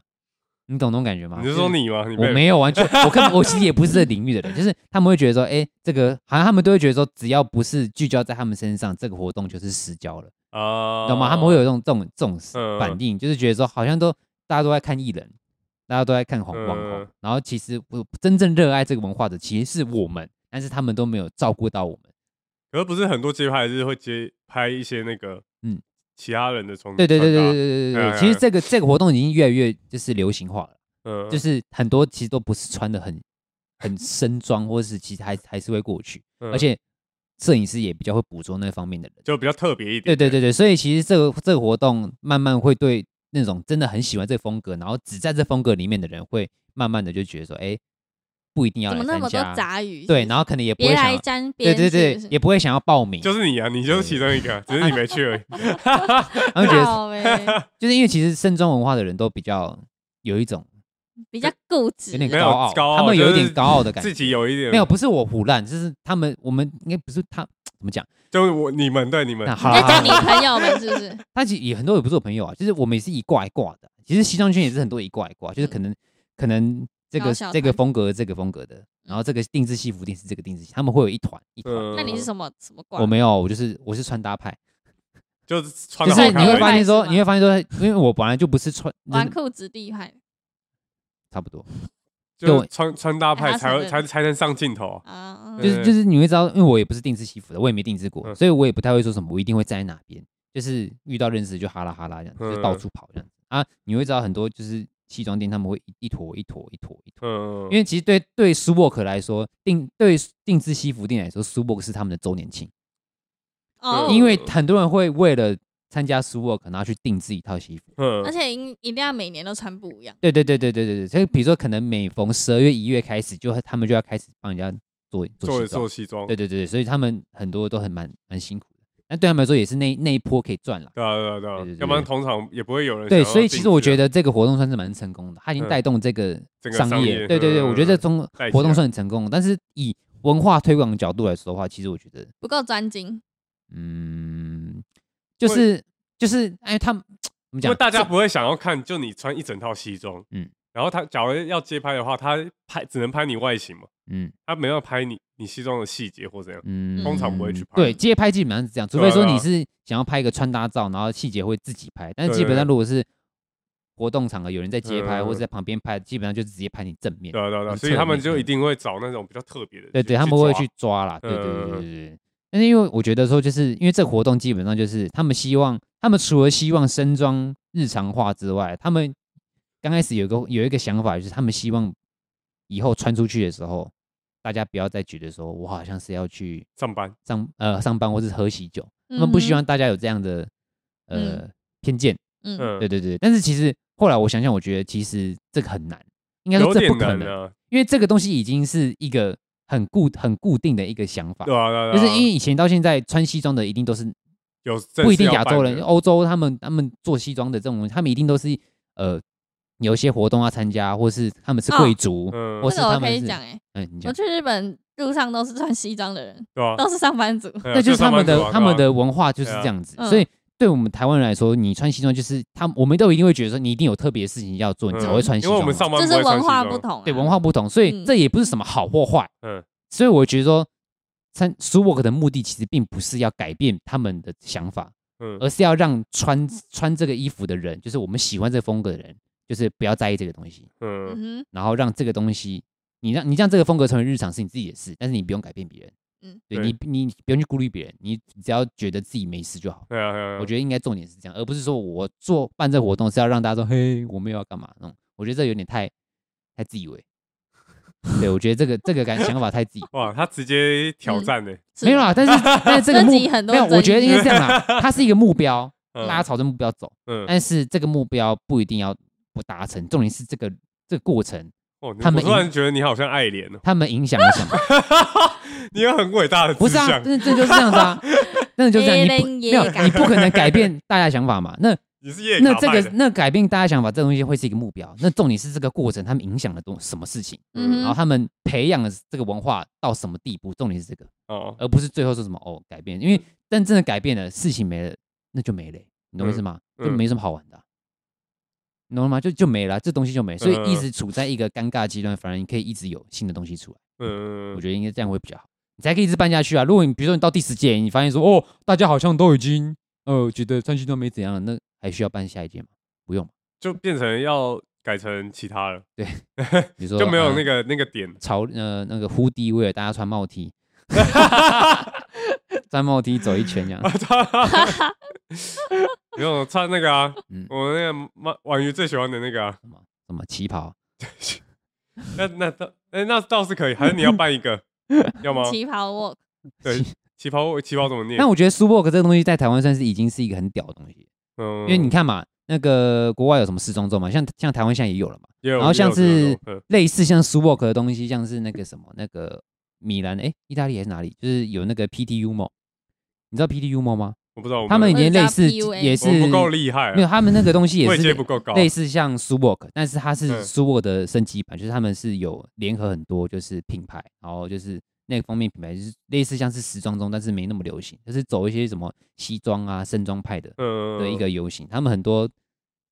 A: 你懂那种感觉吗？
B: 你是
A: 啊就
B: 说你吗？你
A: 我
B: 被
A: 没有完全，我根本我其实也不是这领域的人，就是他们会觉得说，哎、这个好像他们都会觉得说，只要不是聚焦在他们身上，这个活动就是失焦了，
B: 啊，
A: 懂吗？他们会有这种这种这种
B: 嗯
A: 反应，就是觉得说，好像都大家都在看艺人，大家都在看网网红
B: 嗯，
A: 然后其实我真正热爱这个文化的其实是我们，但是他们都没有照顾到我们。
B: 可是不是很多街拍是会接拍一些那个
A: 嗯
B: 其他人的从
A: 对对对对对对对
B: 哎
A: 对，
B: 哎
A: 其实这个这个活动已经越来越就是流行化了。
B: 嗯
A: 就是很多其实都不是穿的很很深装，或是其实还还是会过去，
B: 嗯
A: 而且摄影师也比较会捕捉那方面的人。
B: 就比较特别一
A: 对
B: 点。
A: 对对对，所以其实这个这个活动慢慢会对那种真的很喜欢这个风格，然后只在这风格里面的人，会慢慢的就觉得说，哎，不一定要
C: 怎
A: 来
C: 么那
A: 参
C: 么多
A: 加，
C: 杂鱼？
A: 对，然后可能也不
C: 别
A: 会想
C: 来
A: 要，
C: 沾
A: 对
C: 边，
A: 对对
C: 是不是，
A: 也不会想要报名，
B: 就是你啊，你就是其中一个，只是你没去而已。
A: 然后觉得
C: 靠呗
A: 就是因为其实深装文化的人都比较有一种
C: 比较固执，
A: 有点
B: 没
A: 高
B: 有
A: 傲，
B: 高傲
A: 他们有一
B: 就是
A: 点高傲的感觉
B: 自，己有一点
A: 没有，不是我胡乱，就是他们，我们应该不是他怎么讲？
B: 就是我你们对你们
A: 那好
C: 你
A: 啦好
C: 在
A: 啊啦
C: 讲你朋友们是不是？
A: 他其实也很多也不是我朋友啊，就是我们也是一挂一挂的。啊其实西装圈也是很多一挂一挂，就是可能可能这
C: 搞
A: 个
C: 笑
A: 这个
C: 团嗯
A: 风格这个风格的，然后这个定制西服定制这个定制西，他们会有一团一团。
B: 嗯
C: 那你是什么什么挂？
A: 我没有，我就是我是穿搭派，
B: 就是穿
A: 就
B: 的
A: 是
B: 好
A: 你
B: 看
A: 会
B: 而
A: 发
B: 已。
A: 现
C: 是
A: 说，
C: 吗
A: 你会发现说，因为我本来就不是穿，
C: 纨
A: 就是
C: 绔子弟派
A: 差不多，
B: 就是穿穿搭派
C: 哎
B: 才会
C: 他是
B: 才才能上镜头。
C: 啊，
B: 对
A: 就是就是你会知道，因为我也不是定制西服的，我也没定制过，
B: 嗯
A: 所以我也不太会说什么，我一定会站在哪边，就是遇到认识就哈拉哈拉这样，就是到
B: 嗯
A: 处跑这样子啊。你会知道很多就是西装店他们会一一坨一坨一坨一坨，
B: 嗯，
A: 因为其实对对 s u b o k 来说，定对定制西服店来说 s u b o k 是他们的周年庆，
C: 哦，
A: 因为很多人会为了参加 s u b o k 然后去定制一套西服。
B: 嗯
C: 而且一一定要每年都穿不一样，
A: 对对对对对对对，所以比如说可能每逢十二月一月开始，就他们就要开始帮人家做做
B: 做
A: 西装
B: 做。西装，
A: 对
B: 对
A: 对对，所以他们很多都很蛮蛮辛苦的，那对他们来说也是那那一波可以赚了。
B: 啊对啊对
A: 对对
B: 啊
A: 对，
B: 要不然通常也不会有人想
A: 对，
B: 要
A: 所以其实我觉
B: 定制啊
A: 得这个活动算是蛮成功的，它已经
B: 嗯
A: 带动这个
B: 整个
A: 商
B: 商
A: 业。
B: 业
A: 对对对，
B: 嗯
A: 我觉得这种
B: 带起
A: 活动
B: 来
A: 算很成功，但是以文化推广的角度来说的话，其实我觉得，
C: 不够专精，
A: 嗯，就是就是，哎，他们怎么
B: 因为
A: 讲？
B: 大家
A: 这
B: 不会想要看，就你穿一整套西装，
A: 嗯
B: 嗯，然后他假如要街拍的话，他拍只能拍你外形嘛，
A: 嗯
B: 他没有拍你你西装的细节或怎样，
A: 嗯，
B: 通常不会去拍
A: 对，街拍基本上是这样，除
B: 对
A: 非
B: 啊
A: 说
B: 对啊
A: 你是想要拍一个穿搭照，然后细节会自己拍，但是
B: 对
A: 基本上
B: 对
A: 如果是活动场合有人在街拍
B: 嗯
A: 或者在旁边拍，基本上就直接拍你正面
B: 对。啊对啊对啊，
A: 很
B: 所以他们
A: 侧面
B: 就
A: 嗯
B: 一定会找那种比较特别的，
A: 对对，他们会去抓啦，
B: 嗯
A: 对对对对
B: 嗯嗯
A: 对对。但是因为我觉得说，就是因为这个活动基本上就是他们希望，他们除了希望身装日常化之外，他们刚开始有一个有一个想法，就是他们希望以后穿出去的时候，大家不要再觉得说我好像是要去
B: 上班，
A: 上呃上班或是喝喜酒，他
C: 嗯
A: 们
C: 哼
A: 不希望大家有这样的呃、偏见。
C: 嗯，
B: 嗯
A: 对，对对，但是其实后来我想想，我觉得其实这个很难，应该说
B: 有
A: 这不
B: 点
A: 可
B: 难
A: 能，
B: 啊，
A: 因为这个东西已经是一个很固很固定的一个想法
B: 对，啊，对啊
A: 就是
B: 对啊
A: 因为以前到现在穿西装的一定都是
B: 有正
A: 不一
B: 式
A: 定
B: 要
A: 亚洲
B: 办
A: 人，
B: 的
A: 欧洲他们他们做西装的这种，他们一定都是呃有一些活动要参加，或是他们是
C: 哦
A: 贵族，
B: 嗯
A: 我
C: 这
A: 是
C: 个我
A: 他们
C: 可以
A: 是
C: 讲哎、
A: 嗯，你
C: 我
A: 讲，
C: 去日本路上都是穿西装的人，
B: 对啊，
C: 都是上班族。
B: 对啊
A: 那就是他
B: 上班
A: 们
B: 族
A: 的
B: 啊
A: 他
B: 对
A: 们
B: 啊
A: 的文化就是
B: 对啊
A: 这样子，
C: 嗯
A: 所以对我们台湾人来说，你穿西装就是他们我们都一定会觉得说你一定有特别的事情要做，你才
B: 嗯
A: 会穿西
B: 因为我
A: 装嘛
B: 们，上班
C: 就
B: 不
C: 是
B: 会穿
C: 文
B: 西
C: 化
B: 装
C: 不，同、啊，
A: 对文化不同，所以
C: 嗯
A: 这也不是什么好或坏，
B: 嗯，
A: 所以我觉得说。参 Swag 的目的其实并不是要改变他们的想法，
B: 嗯
A: 而是要让穿穿这个衣服的人，就是我们喜欢这个风格的人，就是不要在意这个东西，
B: 嗯
C: 嗯
A: 然后让这个东西，你让你让这个风格成为日常是你自己的事，但是你不用改变别人，
C: 嗯
A: 嗯，对你你你不用去顾虑别人，你只要觉得自己没事就好。
B: 对啊对啊，
A: 我觉得应该重点是这样，而不是说我做办这个活动是要让大家说嘿我们又要干嘛那种，我觉得这有点太太自以为。对，我觉得这个这个感想法太 自以为
B: 哇，他直接挑
C: 嗯
B: 战呢，
C: 哼，
A: 没有啦，但是但是这个目
C: 自己很多
A: 没有，我觉得
C: 争议
A: 应该是这 样啦，它是一个目标，
B: 嗯
A: 大家朝着目标走，
B: 嗯，
A: 但是这个目标不一定要不达成，重点是这个这个过程，
B: 哦，你
A: 他
B: 我
A: 们
B: 突然觉得你好像爱莲哦，
A: 他们影响了什么？
B: 你有很伟大的
A: 不
B: 志
A: 是啊，
B: 向，
A: 这这就是这样 子啊，真的就是这样，你不
C: 别人
A: 没
C: 也
A: 有
C: 改
A: 你不可能改变大家想法嘛？ 那
B: 你是叶
A: 那
B: 卡
A: 这
B: 哎派
A: 个
B: 的，
A: 那改变大家想法这东西会是一个目标，那重点是这个过程他们影响了多什么事情，
C: 嗯哼
A: 然后他们培养了这个文化到什么地步，重点是这个，
B: 哦，
A: 而不是最后说什么哦改变，
B: 嗯
A: 因为但真的改变了，事情没了，那就没了欸、你懂我意思吗？
B: 嗯
A: 就
B: 嗯
A: 没什么好玩的啊、你懂了吗？就就没了啊，这东西就没了，所以一
B: 嗯
A: 直处在一个尴尬的阶段，反而你可以一直有新的东西出来，
B: 嗯
A: 我，觉得应该这样会比较好，你才可以一直办下去啊。如果你比如说你到第十届，你发现说哦，大家好像都已经呃觉得三星都没怎样了，那还需要办下一届吗？不用嘛，
B: 就变成要改成其他了，
A: 对，比如说
B: 就没有
A: 呃
B: 那个那个点，
A: 潮呃那个呼地威尔，大家穿帽 T，穿帽 T 走一圈 这样，
B: 没有穿那个啊
A: 嗯，
B: 我那个婉婉瑜最喜欢的那个啊，
A: 什么什么旗袍，
B: 那那倒哎那倒是可以，还是你要办一 个，要吗？
C: 旗袍 walk，
B: 对，旗袍旗袍怎么念
A: 但？我觉得 s u w o r k 这个东西在台湾算是已经是一个很屌的东西，
B: 嗯，
A: 因为你看嘛，那个国外有什么时装周嘛，像像台湾现在也有了嘛，
B: 也有，
A: 然后像
B: 也有
A: 是
B: 这种嗯
A: 类似像 s u w o r k 的东西，像是那个什么那个米兰诶，意大利还是哪里，就是有那个 PTU Mo，你知道 PTU Mo 吗？
B: 我不知道我们
A: 他们
C: 我
A: 也
C: 知道
A: 类似
C: PUA
A: 也
B: 我们
A: 是
B: 不够厉害啊，
A: 没有，他们那个东西也
B: 位阶
A: 是
B: 不够高，
A: 类似像 s u w o r k 但是它
B: 嗯
A: 是 s u w o r k 的升级版，就是他们是有联合很多就是品牌，然后就是那个方面品牌就是类似像是时装中，但是没那么流行，就是走一些什么西装啊、盛装派的
B: 嗯
A: 的一个游行。他们很多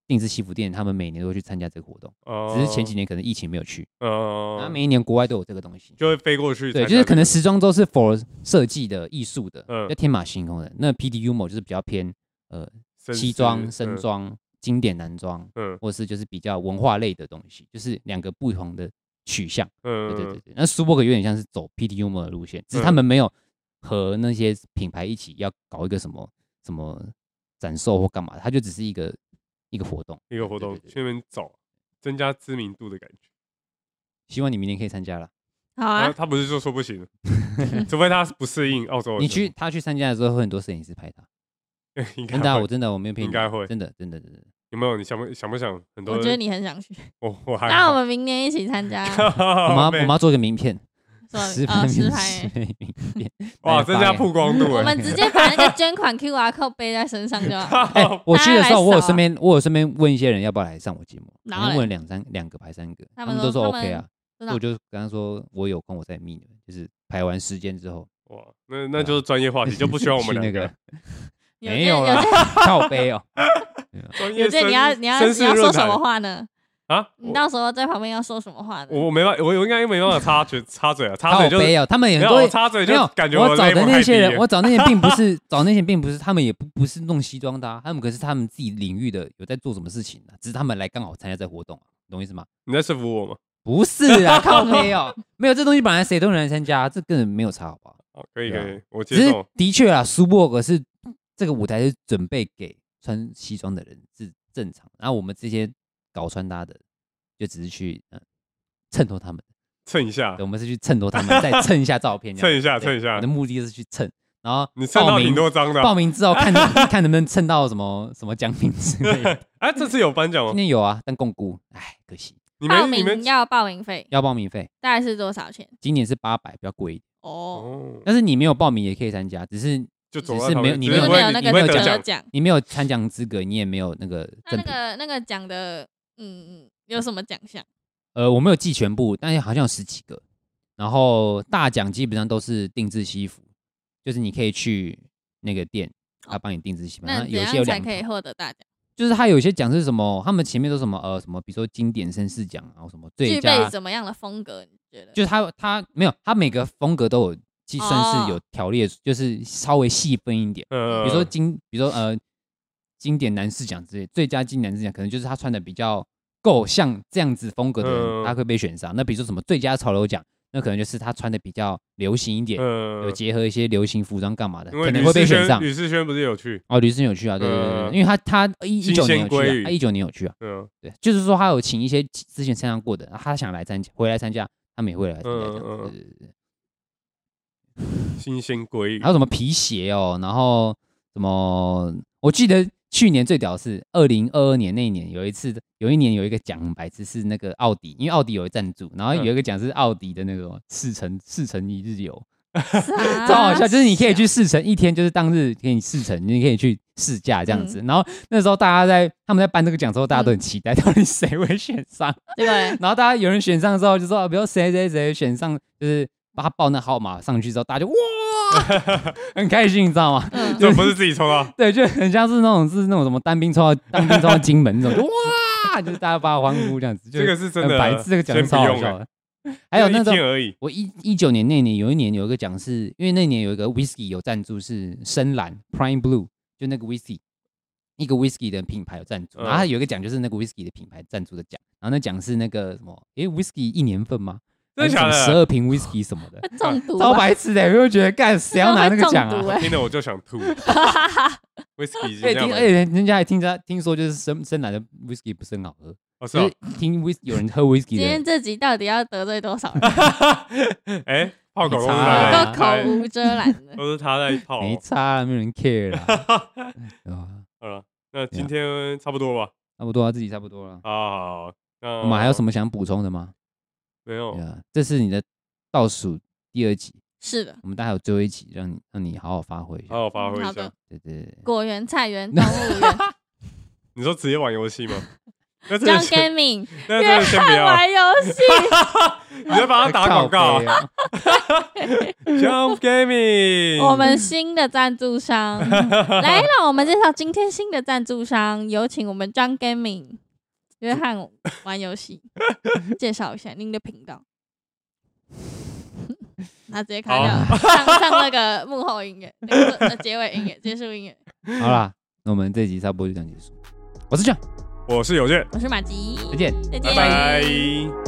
A: 定制西服店，他们每年都会去参加这个活动，只是前几
B: 年，
A: 年可能疫情没有去。
B: 嗯
A: 那每一年国外都有这个东西，
B: 就会飞过去参
A: 对，
B: 加这个，
A: 就是可能时装周是 for 设计的、艺术的
B: 嗯，
A: 要天马行空的。那 P D U M O 就是比较偏呃
B: 绅士
A: 西装、深，装、经典男装，
B: 嗯
A: 或是就是比较文化类的东西，就是两个不同的取向。
B: 嗯嗯，
A: 对对对对，那 s u p e r 有点像是走 P D U M 的路线，只是他
B: 嗯
A: 们没有和那些品牌一起要搞一个什么什么展售或干嘛，它就只是一个一个活动。
B: 一个活动
A: 对对对
B: 去那边走，增加知名度的感觉。
A: 希望你明年可以参加了。
C: 好
B: 然
C: 啊
B: 后，他不是就说不行，除非他不适应澳洲的生活。
A: 你去他去参加的时候，会很多摄影师拍他。
B: 应该
A: 真的啊，
B: 会
A: 我真的我没有骗你，
B: 应该会
A: 真的真的真的。
B: 有没有？你想不想不想很多？
C: 我觉得你很想去，
B: 我我还
C: 那我
B: 好，
C: 们明年一起参加
B: 我
A: 我们要我们要做一个名片，
C: 什么
A: 实拍
C: 呃
A: 名
C: 实
A: 十
C: 拍，
A: 拍 名片。
B: 哇，增加曝光度
C: 我
B: 哎！
C: 们直接把那个捐款 QR code 背在身上就好。
A: 哎、
B: 哦
A: 我去的时候，我有
C: 大家来扫啊
A: 身边，我有身边问一些人要不要来上我节目，然
C: 然后嘞
A: 后问两三两个排三个，
C: 他
A: 他
C: 们
A: 们都
C: 说
A: 说
C: 他
A: OK 啊，所以
C: 真的
A: 我
C: 哦，
A: 就跟他说我有空，我再密你们，就是排完时间之后，
B: 哇，那那就是专业话题，就不需要我们
A: 去那
B: 两
A: 个
C: 这
A: 没有啦
C: 这，
A: 靠 背哦，
B: 专业
C: 有这
B: 绅
C: 你要 你要
B: 绅
C: 你
B: 士
C: 要说
B: 论
C: 什
B: 坛
C: 么话呢？
B: 啊？
C: 你
B: 我
C: 到时候在旁边要说什么话呢？
B: 我没办，我我应该没办法插嘴插嘴啊，插
A: 靠
B: 嘴就是
A: 背哦，他们也
B: 没
A: 很
B: 有
A: 多
B: 我。插嘴
A: 没
B: 就
A: 有，
B: 感觉
A: 我
B: 的
A: 找的
B: level
A: 那
B: 太
A: 些
B: 低
A: 人，
B: 了
A: 我找那些并不 是找那些并不是他们也不不是弄西装的、啊，他们可是他们自己领域的有在做什么事情啊，只是他们来刚好参加这活动、啊，你懂我意思吗？
B: 你在说服我吗？
A: 不是 啊，靠背哦，没有这东西本来谁都能来参加，这根本没有差，好不好？
B: 好，可以
A: 对啊
B: 可以，我
A: 只
B: 接
A: 是
B: 受。
A: 的确啊，苏伯格是这个舞台是准备给穿西装的人是正常，然后我们这些搞穿搭的就只是去嗯衬托他们，
B: 蹭一下
A: 对，我们是去衬托他们，再衬一下照片这样，
B: 啊蹭一下
A: 对
B: 蹭一下
A: 我的目的是去衬，然后
B: 你蹭到
A: 报名
B: 挺多张的啊
A: 报。名之后看看能不能蹭 到什么什么奖品之类的。
B: 哎，这次有颁奖
A: 今
B: 吗？
A: 天有啊，但共估，哎，可惜
B: 你
C: 报
B: 们你
C: 名
B: 们
C: 要报名费，
A: 要报名费，
C: 大概是多少钱？
A: 今年是八百，比较贵一点。
C: 哦，
B: 哦，
A: 但是你没有报名也可以参加，只是
B: 就走
A: 只
B: 到
A: 是
B: 旁
A: 没有
B: 边
A: 你
B: 只
A: 没
B: 是
A: 有
B: 不
A: 那
B: 会
C: 有
B: 你
C: 那
B: 你
C: 个
B: 不会
A: 得
B: 奖
C: 得，奖，
A: 你没有参奖资格，你也没有那个
C: 那
A: 赠
C: 那
A: 品。
C: 个那个奖的，嗯，有什么奖项？
A: 呃，我没有记全部，但是好像有十几个。然后大奖基本上都是定制西服，就是你可以去那个店，他帮你定制西服。
C: 哦那
A: 然后
C: 怎
A: 啊有些有
C: 样才
A: 两
C: 可以
A: 套，
C: 获得大奖？
A: 就是他有一些奖是什么，他们前面都什么呃什么，比如说经典绅士奖啊，然后什么最
C: 具备
A: 佳，
C: 怎么样的风格？你觉得？
A: 就是他他没有，他每个风格都有，计算是有
C: 哦
A: 条列，就是稍微细分一点。
B: 呃，
A: 比如说经，比如说呃，经典男士奖之类，最佳经典男士奖可能就是他穿的比较够像这样子风格的人，
B: 嗯
A: 他会被选上。那比如说什么最佳潮流奖，那可能就是他穿的比较流行一点，有
B: 呃，
A: 结合一些流行服装干嘛的，
B: 因为
A: 可能
B: 吕
A: 会被
B: 思
A: 选
B: 轩
A: 上。
B: 吕思轩不是有去，
A: 哦，吕思有去啊，对对对对，
B: 嗯
A: 因为他他一一
B: 新
A: 九年
B: 鲜
A: 有去
B: 鲑
A: 啊
B: 鱼，
A: 他一九年有去啊，
B: 嗯
A: 对，就是说他有请一些之前参加过的，他想来参加，回来参加，他们也会来参加这样子。
B: 嗯嗯
A: 对对对对
B: 新鲜鲑鱼
A: 还有什么皮鞋哦，然后什么，我记得去年最屌的是二零二二年那一年，有一次有一年有一个奖很白痴是那个奥迪，因为奥迪有赞助，然后有一个奖是奥迪的那个四乘四乘一日游，
C: 超
A: 超好笑，就是你可以去啊试乘一天，就是当日给你试乘，你可以去试驾这样子。然后那时候大家在他们在办这个奖的时候，大家都很期待到底谁会选上，
C: 这个嘞，
A: 然后大家有人选上之后就说，啊比如谁谁谁选上，就是把他报那号码上去之后，大家 就哇。很开心，你知道吗？
C: 嗯，
B: 这不是自己啊抽到，
A: 对，就很像是那种是那种什么单兵抽到单兵抽到金门那种，就哇，就是大家把他欢呼这样子，就
B: 这个是真
A: 很
B: 的，
A: 白痴，这个奖
B: 先
A: 是超
B: 不
A: 好
B: 用
A: 笑
B: 欸，
A: 的。还有
B: 就一
A: 那种
B: 天而已，
A: 我一一九年那年有一年有一个奖是，因为那年有一个 whisky 有赞助是深蓝 Prime Blue，就那个 whisky 一个 whisky 的品牌有赞助，
B: 嗯
A: 然后它有一个奖就是那个 whisky 的品牌赞助的奖，然后那奖是那个什么，诶 whisky 一年份吗？
B: 真的假
A: 十
B: 的？
A: 二瓶 whisky 什么的，
C: 会中 毒吧，
A: 超白痴的，我就觉得干谁要拿那个奖
C: 真的会中毒
A: 啊？
C: 欸
B: 听了我就想吐，whisky 已经
A: 而且
B: 这样
A: 哎听，
B: 了，
A: 而且人家还听着听说，就是深深蓝的 whisky 不是很好喝，
B: 哦是
A: 就
B: 哦
A: 是，听 whisky 有人喝 whisky
C: 今
A: 的
C: 天这集到底要得罪多少人？
B: 哎，炮狗
A: 没
B: 都是他
A: 差啊
B: 在
C: 都口
B: 他
C: 无遮拦的。
B: 都是他在泡，
A: 没差啊，没有人 care 啦，哎对吧
B: 好了，那今天差不多吧，
A: 差不多啊，自己差不多了。
B: 好，那
A: 我们还有什
B: 么？
A: 么想补充的吗？
B: 没有
A: 对，啊，这是你的倒数第二集，
C: 是的，
A: 我们大概有最后一集，让你让你好好发挥一下
B: 好。好发挥一
C: 好
B: 下
C: 的。，
A: 对对对，
C: 果园、菜园、动物园
B: 你说直接玩游 戏吗？那真的
C: ，John
B: 先，
C: Gaming，
B: 那真
C: 约
B: 的先不
C: 翰
B: 要，
C: 玩游戏，
B: 你在帮他打广告
A: 靠背啊
B: ，Jump Gaming，
C: 我们新的赞 助商来，让我们介绍今天新的赞助商，有请我们 John Gaming 约翰玩游戏，介绍一下您的频道。 他直接开掉
A: 好
C: 上上那个幕后音乐，那个呃结尾音乐，结束音乐。
A: 好啦，那我们这集差不多就这样结束。我是 John，
B: 我是有健，
C: 我是马吉，
A: 再见。
C: 再
B: 拜
C: 见，
B: 拜。